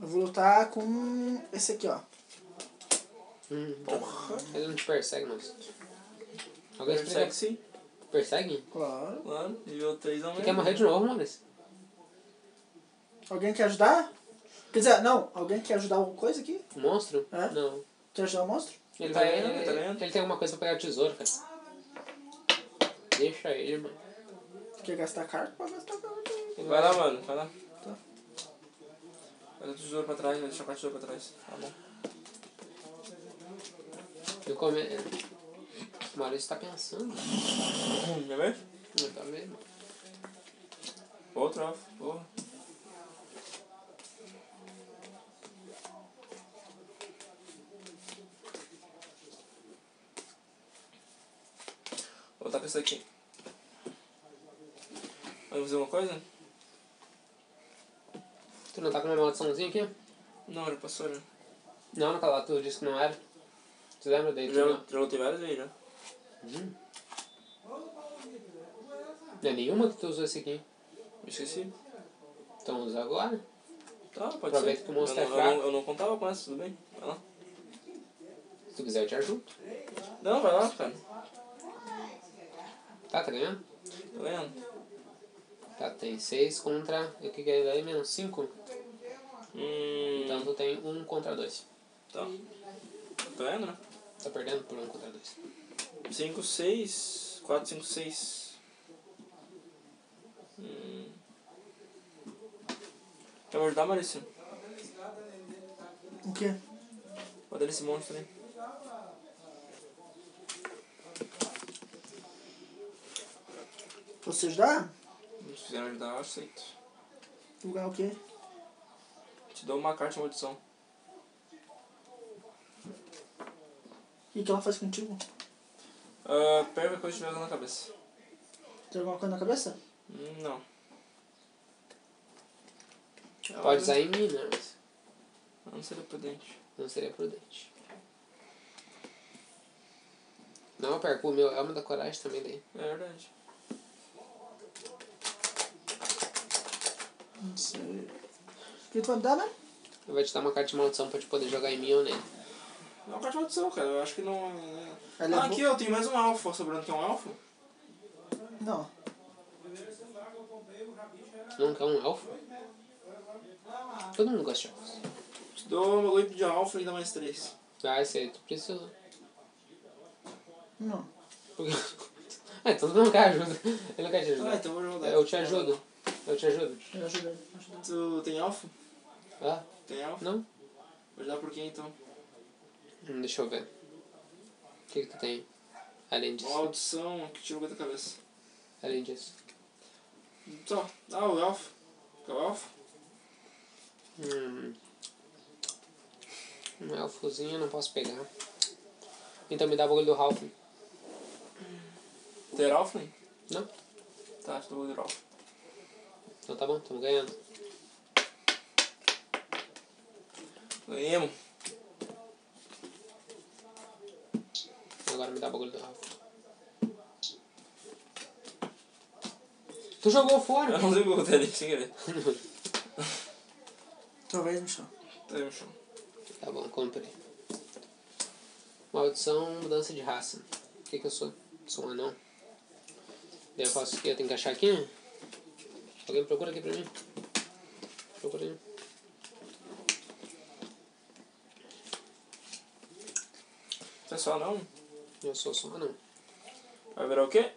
Speaker 2: Eu vou lutar com esse aqui, ó.
Speaker 1: Hum, Ele não te persegue, mas. Alguém te persegue?
Speaker 3: Sexy.
Speaker 1: Persegue?
Speaker 2: Claro.
Speaker 3: Mano, Um nível é um 3 não
Speaker 1: Tu quer morrer de novo, Maurício?
Speaker 2: Alguém quer ajudar? Quer dizer, não, alguém quer ajudar alguma coisa aqui?
Speaker 1: O monstro?
Speaker 2: É?
Speaker 1: Não.
Speaker 2: Quer ajudar o monstro?
Speaker 1: Ele
Speaker 3: Tá
Speaker 1: vai.
Speaker 3: vendo? Tá vendo?
Speaker 1: Ele tem alguma coisa pra pegar o tesouro, cara. Deixa ele, mano.
Speaker 2: Quer gastar carta? Pode gastar carta.
Speaker 3: Vai lá, mano, vai lá. Tá. Vai dar o tesouro pra trás, vai deixar o tesouro pra trás. Tá bom.
Speaker 1: Eu come... O Maurício tá pensando.
Speaker 3: Hum, Quer ver?
Speaker 1: Não tá vendo?
Speaker 3: Outro elfo, porra. Vou botar com isso aqui. Vai fazer uma coisa?
Speaker 1: Tu não tá com a minha maldiçãozinha aqui?
Speaker 3: Não, já passou, né?
Speaker 1: Não, naquela lá tu disse que não era. Tu lembra daí? Tu
Speaker 3: Já,
Speaker 1: não...
Speaker 3: já lutei várias vezes, já.
Speaker 1: não é nenhuma que tu usou esse aqui.
Speaker 3: Me esqueci.
Speaker 1: Então usa agora.
Speaker 3: Tá, pode
Speaker 1: Aproveita
Speaker 3: ser.
Speaker 1: que o monstro
Speaker 3: eu,
Speaker 1: é
Speaker 3: não,
Speaker 1: fraco.
Speaker 3: Eu, não, eu não contava com essa, tudo bem? Vai lá.
Speaker 1: Se tu quiser eu te ajudo.
Speaker 3: Não, vai lá, cara.
Speaker 1: Tá, tá ganhando?
Speaker 3: Tô ganhando.
Speaker 1: Tá, tem 6 contra. O que que é daí menos 5?
Speaker 3: Hum.
Speaker 1: Então tu tem 1 um contra 2.
Speaker 3: Tá. Tô ganhando, né?
Speaker 1: Tá perdendo por 1 um contra 2.
Speaker 3: 5, 6. 4, 5, 6. Hum. Quer me ajudar, Maurício?
Speaker 2: O quê?
Speaker 3: Bota nesse monstro aí.
Speaker 2: Você ajudar?
Speaker 3: Se quiser me ajudar, eu aceito.
Speaker 2: Jogar o quê?
Speaker 3: Te dou uma carta de maldição.
Speaker 2: O que, que ela faz contigo?
Speaker 3: Uh, Perva que eu estiver usando na cabeça.
Speaker 2: Tem alguma coisa na cabeça?
Speaker 3: Hum, Não.
Speaker 1: Pode usar em mim, né? Mas
Speaker 3: Eu não seria prudente.
Speaker 1: não seria prudente. Não, perco o meu alma da coragem também daí.
Speaker 3: É verdade.
Speaker 2: Não sei. O que tu vai me dar, né?
Speaker 1: Eu vou te dar uma carta de maldição pra te poder jogar em mim ou nele.
Speaker 3: É uma carta de maldição, cara. Eu acho que não. não-
Speaker 2: Ela é
Speaker 3: Ah, aqui eu tenho mais um alfa. Sobrando que é um alfa?
Speaker 2: Não.
Speaker 1: Não quer um elfo? Todo mundo gosta de elfos.
Speaker 3: Te dou uma golpe de alfa e dá mais três.
Speaker 1: Ah, esse aí tu precisa.
Speaker 2: Não.
Speaker 1: Porque... Ah, então tu não quer ajuda. Ele não quer te
Speaker 3: Ah,
Speaker 1: ajudar.
Speaker 3: então eu vou jogar.
Speaker 1: Eu te ajudo. Eu te ajudo.
Speaker 2: Eu ajudo ele.
Speaker 3: Tu tem alfa?
Speaker 1: Ah,
Speaker 3: Tem alfa?
Speaker 1: não?
Speaker 3: Vou ajudar por quem então?
Speaker 1: Hum, Deixa eu ver. O que, que tu tem? Além
Speaker 3: Uma
Speaker 1: disso.
Speaker 3: audição que tirou da cabeça.
Speaker 1: Além disso.
Speaker 3: Só. Ah, o elfo. Que é o elfo?
Speaker 1: Hum. Um elfozinho eu não posso pegar. Então me dá o bagulho do Ralph.
Speaker 3: Tu era elfo, né?
Speaker 1: Não?
Speaker 3: Tá, te dou o elfo.
Speaker 1: Então tá bom, estamos ganhando.
Speaker 3: Ganhamos.
Speaker 1: Agora me dá o bagulho do Ralph. Tu jogou fora!
Speaker 3: Eu não sei o que eu botei ali sem querer.
Speaker 2: Talvez, Michel.
Speaker 3: Tá aí no chão.
Speaker 1: Tá bom, comprei. Maldição, mudança de raça. O que, que eu sou? Sou um anão. Daí eu faço o que? Eu tenho que achar aqui? Alguém procura aqui pra mim? Procura aí.
Speaker 3: Tu é só não?
Speaker 1: Eu sou só um anão.
Speaker 3: Vai virar o quê?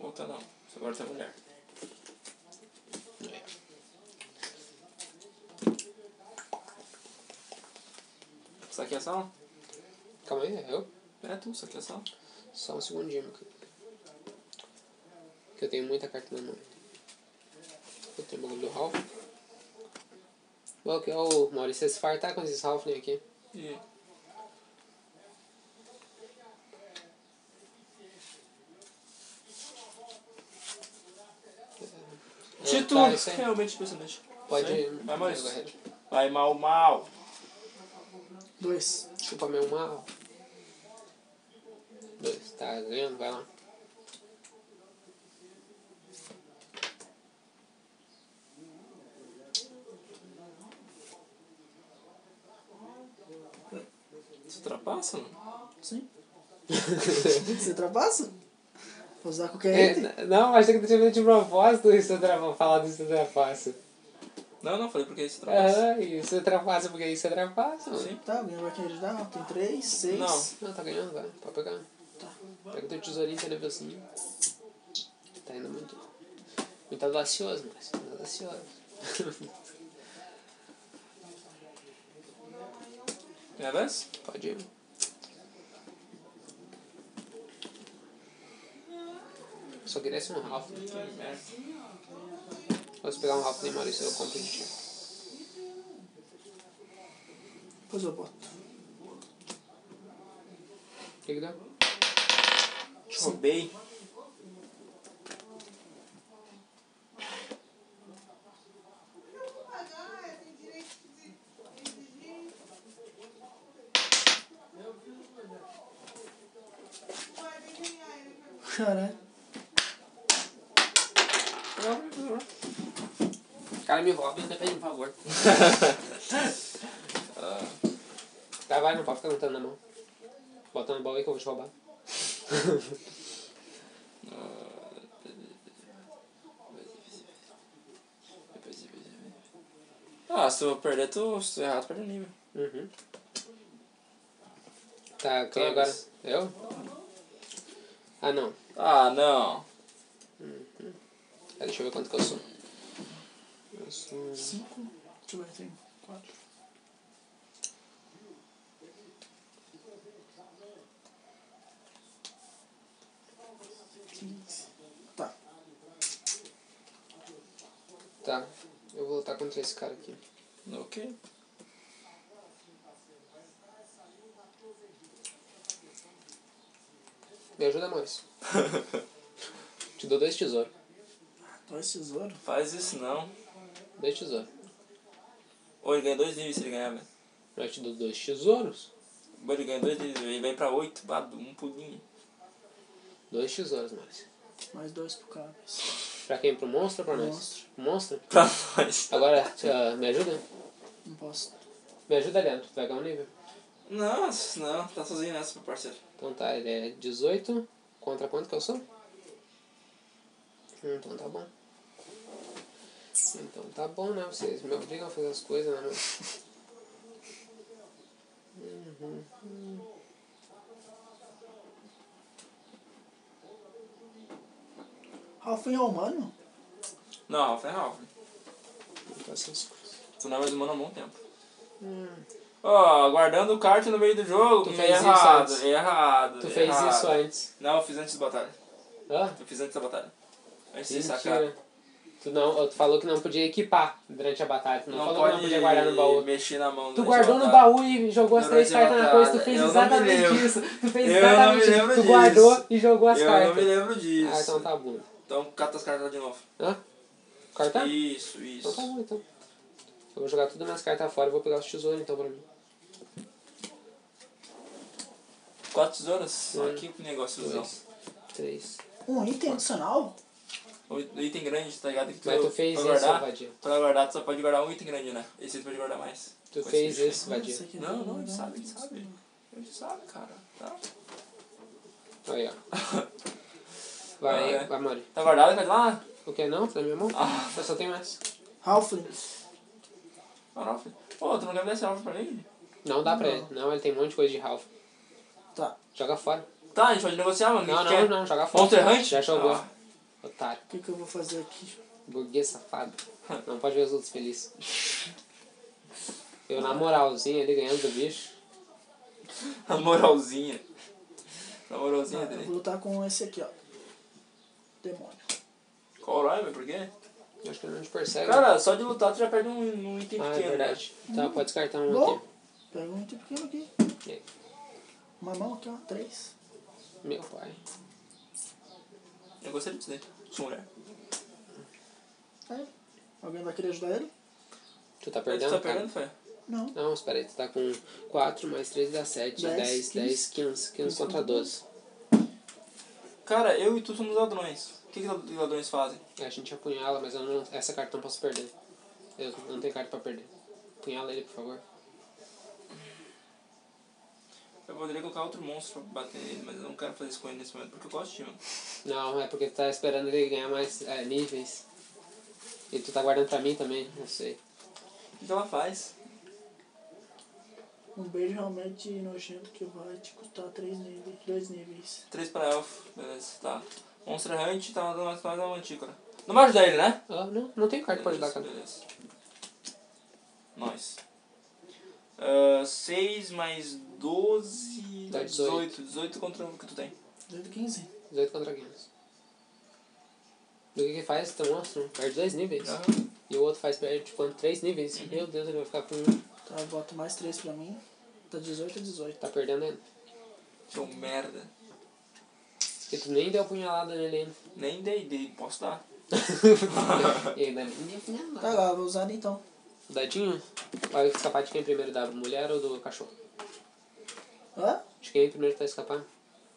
Speaker 3: Outra não. Você agora tá mulher.
Speaker 1: É.
Speaker 3: Isso aqui é sal?
Speaker 1: Calma aí, é eu?
Speaker 3: É tu, isso aqui é sal.
Speaker 1: Só um segundinho, meu querido. Que eu tenho muita carta na mão. Eu tenho o bagulho do Ralph. Bom, que é o Maurício se fartar com esses Ralphling aqui.
Speaker 3: E. Tito!
Speaker 1: Tá, isso aí.
Speaker 3: Realmente impressionante.
Speaker 1: Pode
Speaker 3: Isso aí.
Speaker 1: ir.
Speaker 3: Vai, Maurício.
Speaker 1: Vai, Barreto.
Speaker 3: Vai mal, mal.
Speaker 2: Dois.
Speaker 1: Chupa meu mal. Dois, tá ganhando, vai lá.
Speaker 3: Você ultrapassa, mano?
Speaker 2: Sim. Você trapaça? Vou usar qualquer item.
Speaker 1: É, não, mas tem que ter feito de propósito isso ultrapassa, falar disso ultrapassa.
Speaker 3: Não, não, falei porque você ultrapassa.
Speaker 1: Aham, isso ultrapassa, porque isso ultrapassa. mano.
Speaker 3: Sim.
Speaker 2: Tá, alguém vai querer ajudar? Tem três, seis.
Speaker 3: Não.
Speaker 1: Não, tá ganhando, vai. Pode pegar. Pega o teu tesourinho, teu levelzinho. Tá indo muito. Muito audacioso, mas. Muito audacioso.
Speaker 3: Minha vez?
Speaker 1: Pode ir. Só queria ser um Ralph. Posso pegar um Ralph Neymar e eu compro de ti.
Speaker 2: Depois eu boto.
Speaker 1: O que que deu?
Speaker 3: Te Roubei.
Speaker 2: Caralho.
Speaker 1: cara me rouba e ainda pede um favor. tá, vai, não pode ficar lutando na mão. Bota no baú aí que eu vou te roubar.
Speaker 3: Ah, se tu perder, tu, se tu errar, tu perde o nível.
Speaker 1: Uhum. Tá, quem
Speaker 3: Tá,
Speaker 1: agora?
Speaker 3: mas-
Speaker 1: Eu? Ah, não.
Speaker 3: Ah, não.
Speaker 1: Ah, Deixa eu ver quanto que eu sou. um-
Speaker 3: Eu sou...
Speaker 2: Cinco. Deixa eu ver, tem quatro. Quinze. Tá.
Speaker 1: Tá, eu vou lutar contra esse cara aqui.
Speaker 3: Ok.
Speaker 1: Me ajuda mais. Te dou dois tesouros.
Speaker 2: Dois tesouros.
Speaker 3: Faz isso não.
Speaker 1: Dois tesouros.
Speaker 3: Ou ele ganha dois níveis se ele ganhar, velho.
Speaker 1: Eu te dou dois tesouros.
Speaker 3: Ou ele ganha dois níveis, ele vem pra oito, bado, um pulinho.
Speaker 1: Dois tesouros, mais.
Speaker 2: Mais dois pro cara.
Speaker 1: Pra quem? Pro monstro ou pra nós?
Speaker 2: Monstro.
Speaker 1: Pro monstro?
Speaker 3: Pra nós.
Speaker 1: Agora, ah, me ajuda?
Speaker 2: Não posso.
Speaker 1: Me ajuda, Leandro. Tu vai ganhar um nível.
Speaker 3: Nossa, não, tá sozinho nessa, meu parceiro.
Speaker 1: Então tá, ele é 18 contra quanto que eu sou? Hum, Então tá bom. Então tá bom, né? Vocês me obrigam a fazer as coisas, né? mano? Uhum.
Speaker 2: Ralph é humano?
Speaker 3: Não, Ralph é Ralph.
Speaker 1: Então essas coisas.
Speaker 3: Tu não é mais humano há um bom tempo.
Speaker 1: Hum.
Speaker 3: Ó, guardando o kart no meio do jogo.
Speaker 1: Tu
Speaker 3: meio
Speaker 1: fez isso
Speaker 3: errado,
Speaker 1: antes.
Speaker 3: errado.
Speaker 1: Tu fez
Speaker 3: errado.
Speaker 1: isso antes.
Speaker 3: Não, eu fiz antes da batalha.
Speaker 1: Hã?
Speaker 3: Eu fiz antes da batalha. Antes de sacar.
Speaker 1: Mentira. Tu, não, tu falou que não podia equipar durante a batalha. Tu não,
Speaker 3: Não
Speaker 1: falou
Speaker 3: pode
Speaker 1: que não podia guardar no baú.
Speaker 3: mexer na mão. né? tá-
Speaker 1: Tu
Speaker 3: durante a
Speaker 1: guardou no
Speaker 3: batalha.
Speaker 1: baú e jogou as
Speaker 3: Durante
Speaker 1: três
Speaker 3: a
Speaker 1: cartas na coisa, tu
Speaker 3: batalha.
Speaker 1: fez
Speaker 3: Eu não me
Speaker 1: exatamente
Speaker 3: lembro.
Speaker 1: isso. Tu fez
Speaker 3: Eu não me
Speaker 1: exatamente isso.
Speaker 3: lembro
Speaker 1: Tu
Speaker 3: disso.
Speaker 1: guardou e jogou as
Speaker 3: Eu não me
Speaker 1: cartas.
Speaker 3: lembro disso.
Speaker 1: Ah, então tá bom.
Speaker 3: Então cata as cartas lá de novo.
Speaker 1: Hã? Cartão?
Speaker 3: Isso,
Speaker 1: Então tá
Speaker 3: isso.
Speaker 1: bom, então. Eu vou jogar tudo nas cartas fora e vou pegar os tesouros então pra mim.
Speaker 3: Quatro tesouras?
Speaker 1: Hum.
Speaker 3: Aqui que negóciozão.
Speaker 1: Dois, três.
Speaker 2: Um item adicional?
Speaker 3: O item grande, tá ligado? Que tu,
Speaker 1: Mas tu fez
Speaker 3: pra
Speaker 1: isso,
Speaker 3: guardar,
Speaker 1: Vadia.
Speaker 3: pra guardar, tu só pode guardar um item grande, né? Esse tu pode guardar mais.
Speaker 1: Tu
Speaker 3: Coisa
Speaker 1: fez
Speaker 3: que a gente
Speaker 1: isso, Vadia.
Speaker 2: Nossa, que
Speaker 3: Não, não, ele
Speaker 2: legal.
Speaker 3: sabe, ele sabe. Ele sabe, cara. Tá,
Speaker 1: Aí, ó. Vai,
Speaker 3: Ah, é.
Speaker 1: vai, Mari.
Speaker 3: tá guardado, vai lá.
Speaker 1: O que não? Tá na minha mão?
Speaker 3: Ah.
Speaker 1: Eu só tenho essa.
Speaker 2: Halfling.
Speaker 3: Farofa. Pô, tu não quer dar esse alvo pra mim?
Speaker 1: Não dá pra
Speaker 2: Não.
Speaker 1: ele. Não, ele tem um monte de coisa de Ralph.
Speaker 2: Tá.
Speaker 1: Joga fora.
Speaker 3: Tá, a gente pode negociar, mano.
Speaker 1: Não,
Speaker 3: o que
Speaker 1: não,
Speaker 3: que
Speaker 1: não. Joga fora.
Speaker 3: Monster Hunt?
Speaker 1: Já jogou.
Speaker 3: Ah,
Speaker 1: Otário.
Speaker 2: O que, que eu vou fazer aqui?
Speaker 1: Burguês safado. Não pode ver os outros felizes. Eu, na moralzinha, ali ganhando do bicho.
Speaker 3: a moralzinha. A moralzinha
Speaker 2: Ah, eu vou
Speaker 3: dele.
Speaker 2: lutar com esse aqui, ó. Demônio.
Speaker 3: Qual o raio, meu? Por quê?
Speaker 1: Eu Acho que ele não te persegue.
Speaker 3: Cara, só de lutar tu já perde um, um item
Speaker 1: ah, é
Speaker 3: pequeno. né?
Speaker 1: verdade. Tá, pode descartar um
Speaker 2: Bom,
Speaker 1: aqui.
Speaker 2: pega um item pequeno aqui.
Speaker 1: E aí?
Speaker 2: Uma mão aqui, ó. Três.
Speaker 1: Meu pai.
Speaker 3: Eu gostaria disso daí. Sua mulher.
Speaker 2: Aí. Alguém vai querer ajudar ele?
Speaker 1: Tu tá
Speaker 3: Aí Tu
Speaker 1: perdendo?
Speaker 3: tá
Speaker 1: cara?
Speaker 3: perdendo, foi?
Speaker 2: Não.
Speaker 1: Não, espera aí, tu tá com 4 mais 3 dá 7, 10,
Speaker 2: Dez,
Speaker 1: 10, 15, 15, contra 12.
Speaker 3: Cara, eu e tu somos ladrões. O que, que os ladrões fazem?
Speaker 1: É, A gente apunhala, mas eu não, essa carta eu não posso perder. Eu não tenho carta pra perder. Apunhala ele, por favor.
Speaker 3: Eu poderia colocar outro monstro pra bater nele, mas eu não quero fazer isso com ele nesse momento, porque eu gosto de mano.
Speaker 1: Não, é porque tu tá esperando ele ganhar mais é, níveis. E tu tá guardando pra mim também, não sei.
Speaker 3: O que, que ela faz?
Speaker 2: Um beijo realmente nojento que vai te custar três níveis. Dois níveis.
Speaker 3: Três pra elfo, beleza, tá. Monster Hunt tá mandando mais mais uma mantícora. Não vai ajudar ele, né?
Speaker 1: Ah, não, não tenho carta pra ajudar,
Speaker 3: Beleza,
Speaker 1: cara.
Speaker 3: beleza. Nós. Ah, 6 mais 12.
Speaker 1: Dá
Speaker 3: 18. 18 contra o que tu tem.
Speaker 2: Dois de quinze.
Speaker 1: 18 contra 15. Do que que faz Então, um teu monstro? Perde 2 níveis. E o outro faz, perde, tipo, 3 níveis.
Speaker 3: Uhum.
Speaker 1: Meu Deus, ele vai ficar com...
Speaker 2: Tá, eu boto mais três pra mim. Tá 18 a 18.
Speaker 1: Tá perdendo ele.
Speaker 3: Seu merda.
Speaker 1: Porque tu nem deu apunhalada nele ainda.
Speaker 3: Nem dei, dei, posso dar.
Speaker 1: E ainda nem
Speaker 2: Tá lá, eu vou usar ele então.
Speaker 1: Dadinho? Vai escapar de quem primeiro? Da mulher ou do cachorro?
Speaker 2: Hã?
Speaker 1: De quem primeiro tá escapando?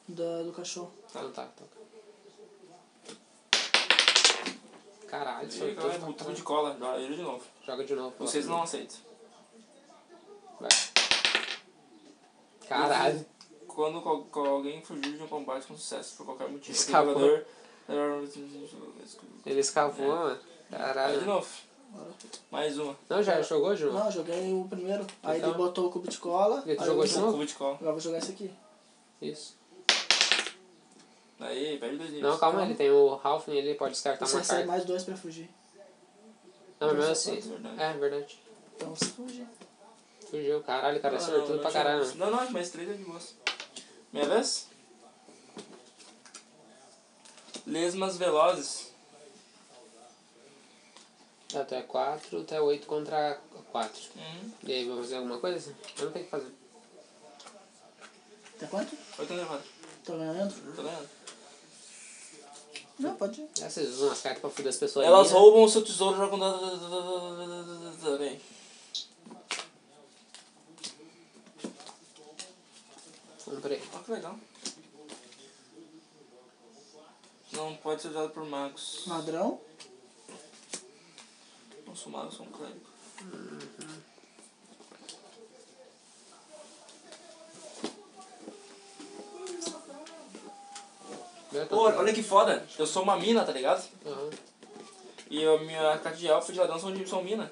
Speaker 2: Da, do cachorro.
Speaker 1: Tá, não tá. tá. Caralho,
Speaker 3: Ele
Speaker 1: sorteio.
Speaker 3: é o tubo de cola, dá ele de novo.
Speaker 1: Joga de novo. pô.
Speaker 3: Vocês não aceitam.
Speaker 1: Vai. Caralho.
Speaker 3: Quando co- co- alguém fugir de um combate com sucesso por qualquer motivo, aquele
Speaker 1: Escapou.
Speaker 3: jogador.
Speaker 1: Ele escapou,
Speaker 3: É.
Speaker 1: mano.
Speaker 3: Vai de
Speaker 1: Caralho.
Speaker 3: novo. Mais uma.
Speaker 1: Não, já jogou, Ju?
Speaker 2: Não, joguei o primeiro. Aí
Speaker 1: Então-
Speaker 2: ele botou o cubo de cola.
Speaker 1: Ele
Speaker 2: aí
Speaker 1: jogou
Speaker 2: eu
Speaker 1: de
Speaker 2: vou-
Speaker 1: novo?
Speaker 3: Cubo de cola.
Speaker 2: Agora eu vou jogar esse aqui.
Speaker 1: Isso.
Speaker 3: Aí, perde dois níveis.
Speaker 1: Não, calma, ele tem o Ralph nele, ele pode descartar
Speaker 2: Você
Speaker 1: uma
Speaker 2: recebe
Speaker 1: carta.
Speaker 2: mais dois pra fugir.
Speaker 1: Não, mas mesmo
Speaker 3: É
Speaker 1: assim.
Speaker 3: verdade.
Speaker 1: É, verdade.
Speaker 2: Então você fuge.
Speaker 1: Fugiu, caralho, cara,
Speaker 3: Ah,
Speaker 1: sortudo
Speaker 3: não,
Speaker 1: pra
Speaker 3: não,
Speaker 1: caralho. mano.
Speaker 3: Não, não, mais três é de boas. Minha vez? Lesmas velozes.
Speaker 1: Tá, tu é 4, tu é 8 contra 4.
Speaker 3: Uhum.
Speaker 1: E aí, vamos fazer alguma coisa? Eu não tenho o que fazer.
Speaker 2: Até quanto?
Speaker 3: Oito levado.
Speaker 2: Tô ganhando?
Speaker 3: Tá vendo?
Speaker 2: Não, pode ir.
Speaker 1: Ah, vocês usam as cartas pra fuder as pessoas.
Speaker 3: Elas
Speaker 1: aí, né?
Speaker 3: roubam o seu tesouro e jogam. Vem.
Speaker 1: Comprei.
Speaker 3: Ó, que legal. Não pode ser usado por magos.
Speaker 2: Ladrão.
Speaker 3: Não sou mago, sou um clérigo.
Speaker 1: Meu, tá
Speaker 3: Pô,
Speaker 1: tudo.
Speaker 3: olha que foda. Eu sou uma mina, tá ligado?
Speaker 1: Aham.
Speaker 3: E a minha carta de elfo e de ladrão são, de- são mina.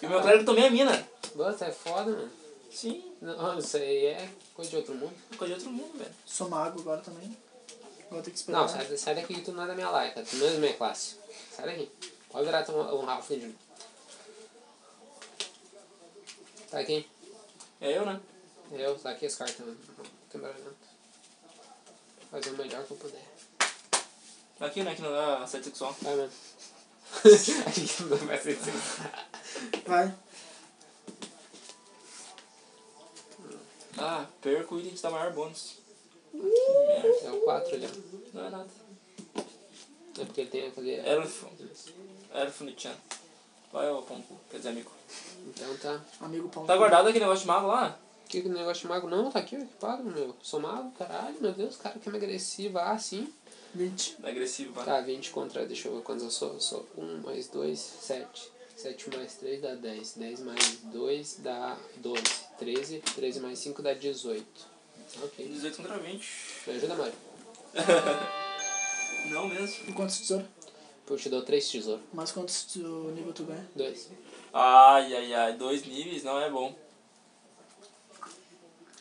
Speaker 3: E o meu clérigo também é mina.
Speaker 1: Boa, tá é foda, mano.
Speaker 3: Sim,
Speaker 1: Não, isso aí é coisa de outro mundo.
Speaker 3: coisa de outro mundo, velho.
Speaker 2: Sou mago agora também. Agora tem que esperar.
Speaker 1: Não, sai, sai daqui que tu não é da minha laica, tu não é da minha classe. Sai daqui. Pode virar teu- um Ralph de novo. Tá aqui.
Speaker 3: É eu, né?
Speaker 1: Eu, tá aqui as cartas, mano. Tô embaralhando. Fazer é o melhor que eu puder.
Speaker 3: Aqui, né? Que não dá assédio sexual.
Speaker 1: Vai, mano. aqui não vai ser assim.
Speaker 2: Vai.
Speaker 3: Ah, perco o item que dá maior bônus. Que merda.
Speaker 1: É o 4 ali. ó.
Speaker 3: Não é nada.
Speaker 1: É porque ele tem aquele.
Speaker 3: Elfo. Elfo Nichan. Vai, ô Pompo. Quer dizer, amigo.
Speaker 1: Então tá.
Speaker 2: Amigo pão.
Speaker 3: Tá guardado aquele negócio de mago lá?
Speaker 1: Que que negócio de mago? Não, tá aqui, equipado, meu. Sou mago, caralho, meu Deus, cara, que me agressiva. Ah, sim.
Speaker 2: 20.
Speaker 3: É agressivo, vai.
Speaker 1: Tá, 20 contra, deixa eu ver quantos eu sou. Eu sou 1 mais 2, 7. 7 mais 3 dá 10. 10 mais 2 dá 12. 13. 13 mais 5 dá 18. Ok.
Speaker 3: 18 contra 20.
Speaker 1: Me ajuda, Mário.
Speaker 3: Não mesmo.
Speaker 2: E quantos Um tesouro?
Speaker 1: Eu te dou 3 tesouros.
Speaker 2: Mais quantos do nível tu ganha?
Speaker 1: 2.
Speaker 3: Ai, ai, ai. Dois níveis não é bom.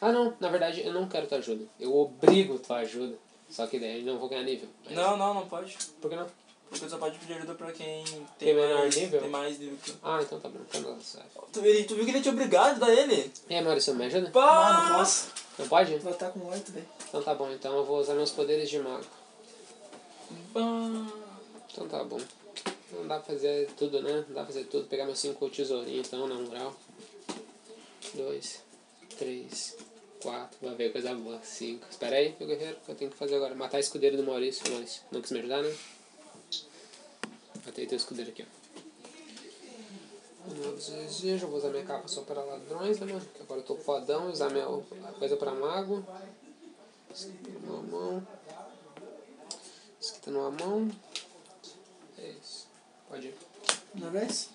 Speaker 1: Ah, não, na verdade eu não quero tua ajuda. Eu obrigo tua ajuda. Só que daí eu não vou ganhar nível. Mas-
Speaker 3: Não, não, não pode.
Speaker 1: Por que não?
Speaker 3: Porque só pode pedir ajuda pra quem
Speaker 1: Tem
Speaker 3: tem,
Speaker 1: menor
Speaker 3: mais
Speaker 1: nível?
Speaker 3: Tem mais nível que eu.
Speaker 1: Ah, então tá bom. Então não, sabe.
Speaker 3: Tu, ele- tu viu que ele tinha obrigado a dar ele?
Speaker 1: E aí, Maurício, me ajuda?
Speaker 2: Ah, não
Speaker 3: Pá!
Speaker 2: posso.
Speaker 1: Não pode?
Speaker 2: Tu vai estar com 8, velho.
Speaker 1: Então tá bom, então eu vou usar meus poderes de mago.
Speaker 3: Pá!
Speaker 1: Então tá bom. Não dá pra fazer tudo, né? Não dá pra fazer tudo. Pegar meus cinco tesourinhos então, na moral. Dois, três, quatro. Vai ver coisa boa. Cinco. Espera aí, meu guerreiro, o que eu tenho que fazer agora? Matar o escudeiro do Maurício. Maurício, não quis me ajudar, né? Matei teu escudeiro aqui, ó. Um novo desejo, eu vou usar minha capa só para ladrões, né, mano? Que agora eu tô fodão, vou usar minha coisa pra mago. Isso aqui tá numa mão. Isso aqui tá numa mão. É isso. Pode ir.
Speaker 2: Não é vez?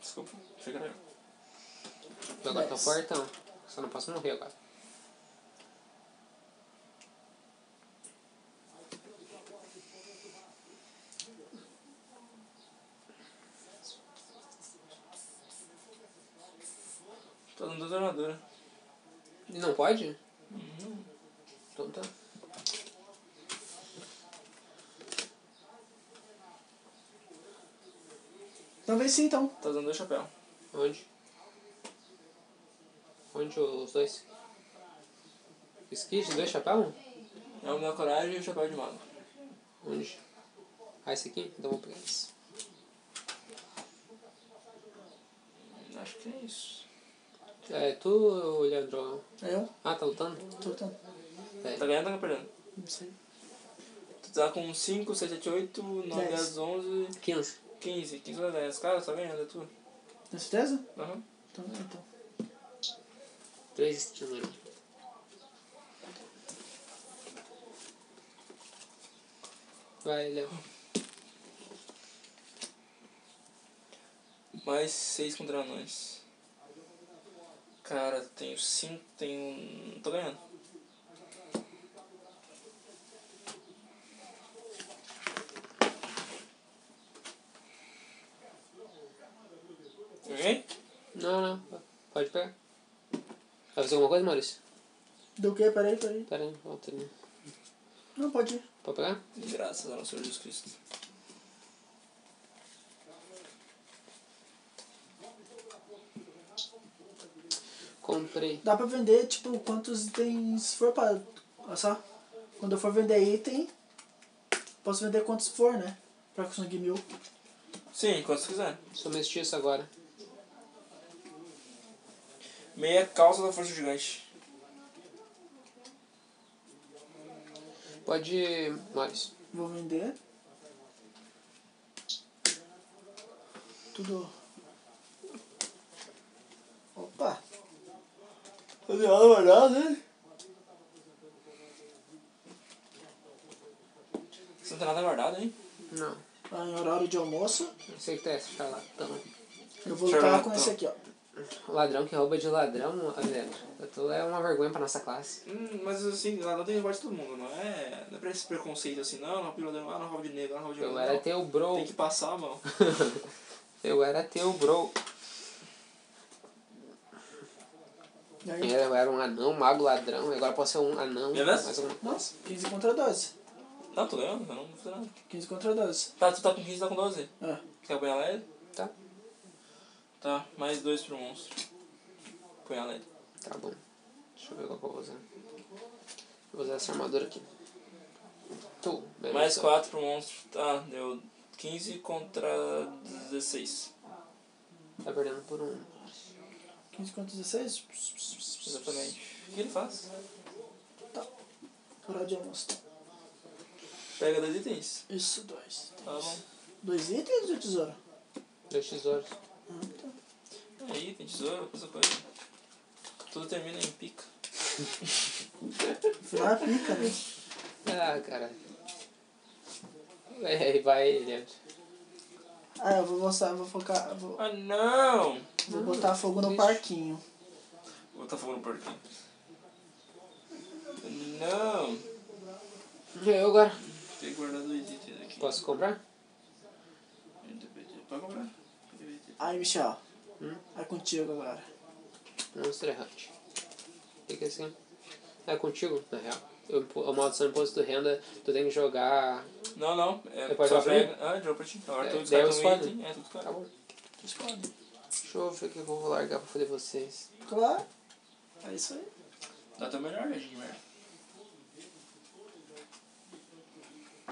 Speaker 3: Desculpa, chega aí.
Speaker 1: Eu agora tô
Speaker 2: Dez.
Speaker 1: fortão. Só não posso morrer agora.
Speaker 3: Tô dando duas armaduras.
Speaker 1: E não pode? Então tá.
Speaker 2: Talvez sim, então.
Speaker 3: Tá dando dois chapéus.
Speaker 1: Onde? Onde os dois? Skit, dois chapéu?
Speaker 3: É o meu coragem e o chapéu de mago.
Speaker 1: Onde? Ah, esse aqui? Então vou pegar esse.
Speaker 3: Acho que é isso.
Speaker 1: É, tu, Leandro.
Speaker 2: É eu?
Speaker 1: Ah, tá lutando?
Speaker 2: Tô tentando.
Speaker 3: Tá ganhando ou tá perdendo?
Speaker 2: Não sei.
Speaker 3: Tu tá com 5, 7, 7, 8, 9,
Speaker 2: Dez.
Speaker 3: 10, 11,
Speaker 1: 15.
Speaker 3: 15. 15 ou 10. Cara, tá ganhando, é tu.
Speaker 2: Tem certeza?
Speaker 3: Aham.
Speaker 2: Então tá, então.
Speaker 1: Três tesouros. Vai, Léo.
Speaker 3: Mais seis contra nós. Cara, tenho cinco, tenho. um, tô ganhando. Ganhei?
Speaker 1: Não, não. Pode pegar. Vai fazer alguma coisa, Maurício?
Speaker 2: Do que? Peraí, peraí.
Speaker 1: Pera aí, volta ali.
Speaker 2: Não, pode ir.
Speaker 1: Pode pegar?
Speaker 3: Graças ao nosso Senhor Jesus Cristo.
Speaker 1: Comprei.
Speaker 2: Dá pra vender, tipo, quantos itens for pra. Olha só. Quando eu for vender item, posso vender quantos for, né? Pra conseguir mil.
Speaker 3: Sim, quanto você quiser.
Speaker 1: Sou mestiço agora.
Speaker 3: Meia calça da força gigante.
Speaker 1: Pode ir, Maurício.
Speaker 2: Vou vender. Tudo. Opa!
Speaker 3: Fazer nada guardado, né? Você não tem nada guardado, hein?
Speaker 1: Não.
Speaker 2: Tá em horário de almoço.
Speaker 1: Não sei o que tá esse charlatão.
Speaker 2: Eu vou
Speaker 3: Deixa eu
Speaker 2: lutar
Speaker 3: ver,
Speaker 2: com esse
Speaker 3: então.
Speaker 2: aqui, ó.
Speaker 1: Ladrão que rouba de ladrão, Leandro. Tu é uma vergonha pra nossa classe.
Speaker 3: Hum, mas assim, lá não tem voz de todo mundo, não é? Não é pra esse preconceito assim, não, não rouba de ah, não rouba de negro, ah, não rouba de
Speaker 1: Eu
Speaker 3: branco,
Speaker 1: era
Speaker 3: não.
Speaker 1: teu bro.
Speaker 3: Tem que passar, mano.
Speaker 1: Eu era teu bro.
Speaker 2: E aí,
Speaker 1: Eu era um anão, mago, ladrão. e Agora posso ser um anão.
Speaker 3: Beleza?
Speaker 1: Mais alguma coisa.
Speaker 2: 15 contra 12.
Speaker 3: Não, Tá, tô ganhando, eu não vou fazer nada.
Speaker 2: 15 contra 12.
Speaker 3: Tá, tu tá com 15, tá com 12.
Speaker 2: Ah,
Speaker 3: Quer apanhar ele?
Speaker 1: Tá.
Speaker 3: Tá, mais dois pro monstro. Apanhar ele.
Speaker 1: Tá bom. Deixa eu ver qual que eu vou usar. Vou usar essa armadura aqui. Tu, beleza.
Speaker 3: Mais quatro pro monstro. Tá, deu 15 contra 16.
Speaker 1: Tá perdendo por um.
Speaker 2: 15 contra 16?
Speaker 3: Exatamente. O que ele faz?
Speaker 2: Horário de almoço.
Speaker 3: Pega dois itens.
Speaker 2: Isso, dois.
Speaker 3: Tá bom.
Speaker 2: Dois itens do tesouro?
Speaker 1: Dois tesouros.
Speaker 3: É item, tesouro, essa coisa. Tudo termina em pica.
Speaker 2: Final é pica, né?
Speaker 1: Ah, cara. É, vai, Leandro.
Speaker 2: Ah, eu vou mostrar, vou focar. Vou,
Speaker 3: Ah, não!
Speaker 2: vou botar fogo no
Speaker 1: Vixe.
Speaker 2: parquinho.
Speaker 3: Vou botar fogo no porquinho. Não!
Speaker 1: Eu agora.
Speaker 3: Tem que guardar dois itens aqui.
Speaker 1: Posso comprar?
Speaker 3: Pode comprar.
Speaker 2: Aí, Michel.
Speaker 1: Hum?
Speaker 2: É contigo agora.
Speaker 1: Monstro é errante. Fica assim. É contigo, na real. Eu, impo- a maldição do imposto de renda, tu tem que jogar.
Speaker 3: Não, não. É,
Speaker 1: Você pode
Speaker 3: só
Speaker 1: dar pra mim?
Speaker 3: pega. Ah, deu pra ti. Agora
Speaker 1: É,
Speaker 3: tu
Speaker 1: daí
Speaker 3: descarta
Speaker 1: eu
Speaker 3: um
Speaker 1: escolho.
Speaker 3: item. É, tu
Speaker 1: Tá
Speaker 3: descarta.
Speaker 1: bom.
Speaker 2: Escolhe.
Speaker 1: Deixa eu ver o que eu vou largar pra foder vocês.
Speaker 2: Claro. É isso aí.
Speaker 3: Dá teu Tá melhor, Edmar.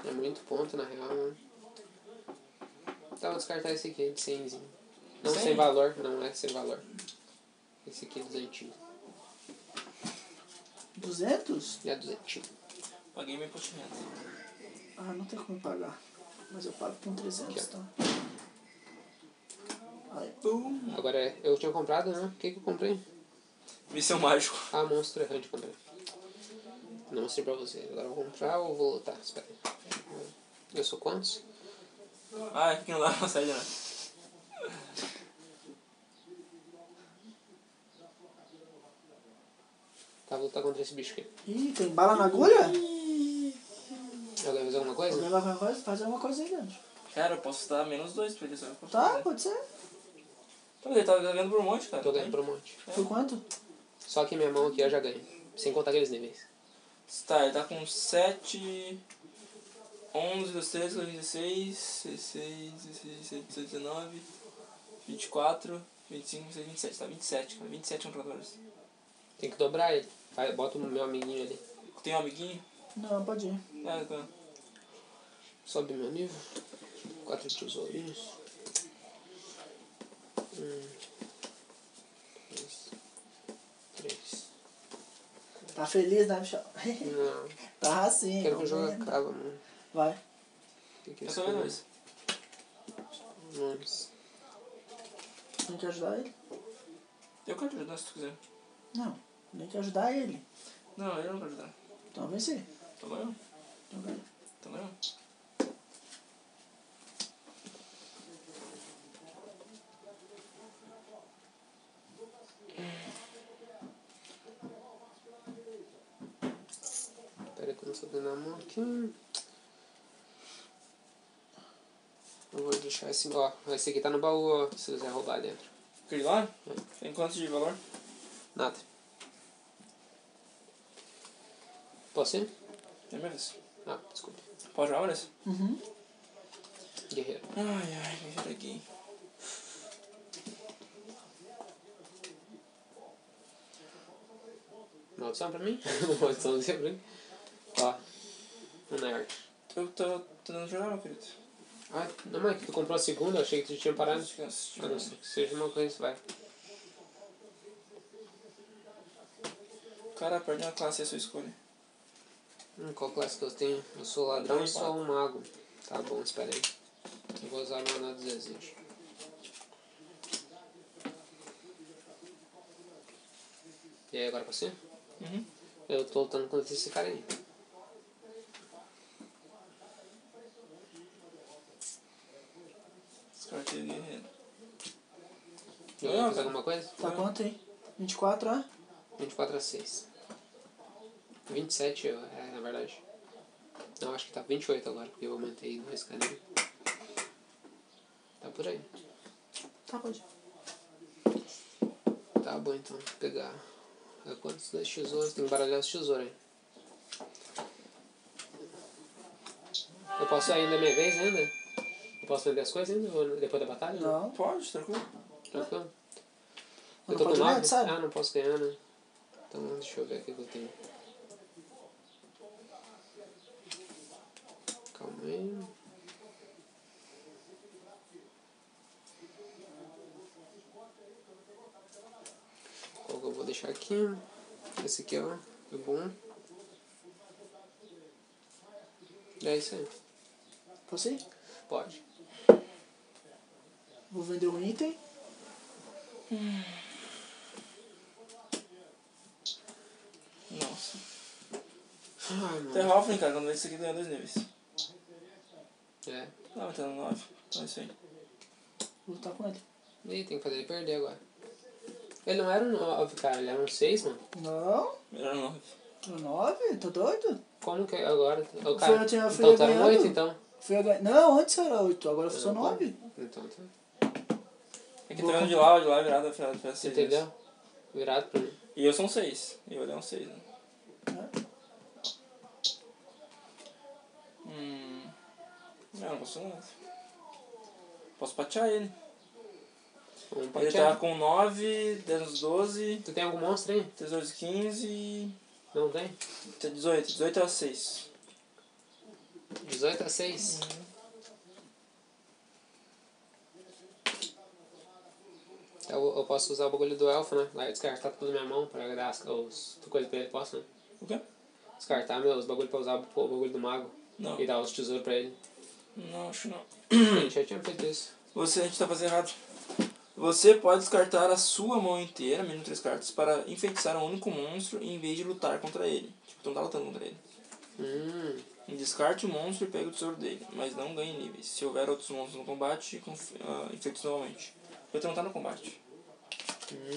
Speaker 1: É muito ponto, na real. né? Tá, vou descartar esse aqui, de 100. Não
Speaker 3: Cem?
Speaker 1: sem valor, não é sem valor. Esse aqui é duzentinho.
Speaker 2: 200?
Speaker 1: É duzentinho.
Speaker 3: Paguei meu imposto de renda.
Speaker 2: Ah, não tem como pagar. Mas eu pago com 300, tá? Aí.
Speaker 3: Pum!
Speaker 1: Agora, eu tinha comprado, né? O que, que eu comprei?
Speaker 3: Missão mágico.
Speaker 1: Ah, monstro errante eu comprei. Não sei pra você. Agora eu vou comprar ou vou lutar? Espera aí. Eu sou quantos?
Speaker 3: Ah, é que não dá pra sair, né?
Speaker 1: Tá, vou lutar contra esse bicho aqui.
Speaker 2: Ih, tem bala na agulha?
Speaker 1: Alguém vai fazer alguma coisa?
Speaker 2: Alguém vai fazer alguma coisa? Fazer alguma coisa aí dentro.
Speaker 3: Cara, eu posso dar menos dois pra ele, sabe?
Speaker 2: Tá, pode ser.
Speaker 3: Então, ele tá ganhando por um monte, cara.
Speaker 1: Tô ganhando por um monte.
Speaker 2: Por quanto?
Speaker 1: Só que minha mão aqui eu já ganho. Sem contar aqueles níveis.
Speaker 3: Tá, ele tá com 7, 11, 12, 13, 14, 16, 16, 16, 17, 18, 19, 24, 25, 26, 27. Tá 27, cara. 27 contra 14.
Speaker 1: Tem que dobrar ele. Vai, bota o meu amiguinho ali.
Speaker 3: Tem um amiguinho?
Speaker 2: Não, pode ir.
Speaker 3: É, tá.
Speaker 1: Sobe meu nível. Quatro tesourinhos. Um. Dois. Três.
Speaker 2: Tá feliz, né, Michel?
Speaker 1: Não.
Speaker 2: tá assim.
Speaker 1: Quero que o
Speaker 2: vamos
Speaker 1: jogo
Speaker 2: vendo.
Speaker 1: acaba, mano.
Speaker 2: Vai.
Speaker 1: Tem que é
Speaker 3: Eu só ganho
Speaker 1: escolher
Speaker 3: dois.
Speaker 1: nomes.
Speaker 2: Tem que ajudar ele?
Speaker 3: Eu quero te ajudar se tu quiser.
Speaker 2: Não. Tem que ajudar ele.
Speaker 3: Não, eu não vou ajudar. Tá
Speaker 2: Então vencer.
Speaker 3: Tô ganhando.
Speaker 2: Então vai.
Speaker 3: Tô ganhando.
Speaker 1: Tem essa na mão aqui. Eu vou deixar esse, ó. Esse aqui tá no baú, ó, se quiser roubar dentro.
Speaker 3: Aquele lá? Tem quanto de valor?
Speaker 1: Nada. Posso ir?
Speaker 3: Tem menos.
Speaker 1: Ah, desculpa.
Speaker 3: Pode jogar, Vanessa?
Speaker 2: Uhum.
Speaker 1: Guerreiro.
Speaker 3: Ai, ai, me vira aqui.
Speaker 1: Maldição pra mim? Maldiçãozinha pra mim? Ó. Um nerd.
Speaker 3: Eu tô tentando jogar, meu querido.
Speaker 1: Ah, não, mas que tu comprou a segunda, eu achei que tu tinha parado.
Speaker 3: Descansa,
Speaker 1: A não ser que seja uma coisa, vai.
Speaker 3: O cara perde uma classe, é a sua escolha.
Speaker 1: Hum, qual classe que eu tenho? Eu sou ladrão e sou um mago. Tá bom, espera aí. Eu vou usar a maná dos desejos. E aí, agora pra você?
Speaker 3: Uhum.
Speaker 1: Eu tô lutando contra esse cara aí.
Speaker 3: Descartei o guerreiro.
Speaker 1: Eu
Speaker 3: Não,
Speaker 1: vou fazer
Speaker 3: cara.
Speaker 1: alguma coisa?
Speaker 2: Tá quanto, hein? 24, ó.
Speaker 1: 24 a 6. 27, eu- é, na verdade. Não, acho que tá 28 agora, porque eu aumentei dois carinhos. Tá por aí.
Speaker 2: Tá, pode. ir.
Speaker 1: Tá bom, então. Vou pegar. É quantos? Dois tesouros. Tem que baralhar os tesouros aí. Eu posso ainda, é minha vez ainda? Eu posso vender as coisas ainda? Ou depois da batalha?
Speaker 2: Não.
Speaker 3: Pode, tranquilo.
Speaker 1: Tranquilo?
Speaker 2: Não
Speaker 1: Eu tô com
Speaker 2: pode ganhar,
Speaker 1: nove?
Speaker 2: sabe?
Speaker 1: Ah, não posso ganhar, né? Então deixa eu ver o que eu tenho. Calma aí. Qual que eu vou deixar aqui? Esse aqui, ó. É bom. É isso aí.
Speaker 2: Posso ir?
Speaker 1: Pode.
Speaker 2: Vou vender um item.
Speaker 3: Nossa.
Speaker 1: Ai,
Speaker 3: Tem
Speaker 1: mano.
Speaker 3: Hoffman, cara, quando vê isso aqui ganha dois níveis. Tá
Speaker 1: É.
Speaker 3: Não, mas tá no 9. Então é isso aí.
Speaker 2: Vou lutar com ele.
Speaker 1: Ih, tem que fazer ele perder agora. Ele não era um 9, cara. Ele era um 6, mano.
Speaker 2: Não.
Speaker 3: Melhor 9.
Speaker 2: Tô 9? Tá doido?
Speaker 1: Como que é agora? O
Speaker 2: Foi,
Speaker 1: cara,
Speaker 2: eu tinha- eu fui
Speaker 1: então tá no
Speaker 2: ganhando.
Speaker 1: 8, então.
Speaker 2: Fui agora... Não, antes era 8, agora eu sou
Speaker 1: Não, pô.
Speaker 2: 9.
Speaker 1: Então tá.
Speaker 3: É que tá vendo de lá, de lá, virado, virado, virado,
Speaker 1: Você
Speaker 3: seis
Speaker 1: entendeu?
Speaker 3: vezes.
Speaker 1: Virado pra mim.
Speaker 3: E eu sou um 6. E eu olhei um 6, né? Hum. Não, não posso nada. Posso patear ele.
Speaker 1: Vamos
Speaker 3: Ele
Speaker 1: patear.
Speaker 3: tá com 9, 10, 12,
Speaker 1: Tu tem algum monstro aí?
Speaker 3: 13, 15,
Speaker 1: Não tem?
Speaker 3: 18. 18 é 6.
Speaker 1: 18 a 6. Eu, eu posso usar o bagulho do elfo, né? Lá eu descartar tudo na minha mão pra dar as, os coisas pra ele. Posso, né?
Speaker 3: O quê?
Speaker 1: Descartar meus bagulho pra usar o bagulho do mago
Speaker 3: Não.
Speaker 1: e dar os tesouros pra ele.
Speaker 3: Não, acho não.
Speaker 1: Eu já tinha feito isso.
Speaker 3: Você, a gente tá fazendo errado. Você pode descartar a sua mão inteira, menos três cartas, para enfeitiçar um único monstro em vez de lutar contra ele. Tipo, tu não tá lutando contra ele.
Speaker 1: Hum.
Speaker 3: Descarte o monstro e pegue o tesouro dele, mas não ganhe níveis. Se houver outros monstros no combate, conf... ah, enfeitiça novamente. Você não tá no combate.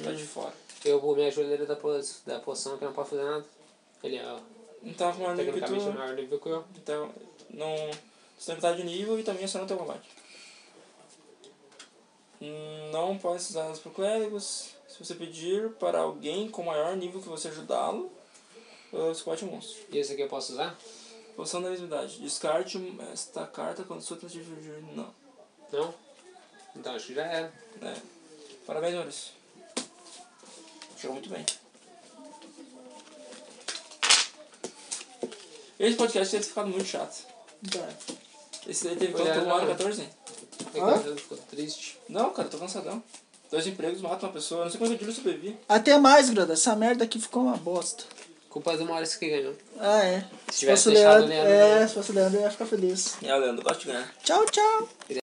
Speaker 3: Tá de fora.
Speaker 1: Eu vou me ajoelhar da, po- da poção que eu não posso fazer nada. Ele é ó,
Speaker 3: Não tá com mais nível que
Speaker 1: tecnicamente
Speaker 3: tu.
Speaker 1: maior nível que eu.
Speaker 3: Então, não. Você tem metade de nível e também aciona o teu combate. Hum, Não pode ser usadas por clérigos. Se você pedir para alguém com maior nível que você ajudá-lo, ah, você combate um monstro.
Speaker 1: E esse aqui eu posso usar?
Speaker 3: Poção da mesmidade. Descarte esta carta quando sua tentativa de. Não.
Speaker 1: Não? Então acho que já era.
Speaker 3: É. Parabéns, Maurício. Jogou muito bem. Esse podcast deve ter ficado muito chato.
Speaker 2: Tá.
Speaker 3: Esse daí teve
Speaker 1: Olha,
Speaker 3: quanto? Uma hora e
Speaker 1: não.
Speaker 3: 14?
Speaker 1: É que
Speaker 2: Hã?
Speaker 1: eu fico triste.
Speaker 3: Não, cara, tô cansadão. Dois empregos matam uma pessoa. Não sei como é que o Júlio sobrevive.
Speaker 2: Até mais, Grada. Essa merda aqui ficou uma bosta.
Speaker 1: Culpa do Maurício que ganhou.
Speaker 2: Ah, é.
Speaker 1: Se tivesse
Speaker 2: fosse o
Speaker 1: deixado né, o
Speaker 2: Leandro-
Speaker 1: Leandro
Speaker 2: É,
Speaker 1: ganhar.
Speaker 2: se fosse o Leandro, eu ia ficar feliz.
Speaker 3: É, Leandro, gosto de ganhar.
Speaker 2: Tchau, tchau.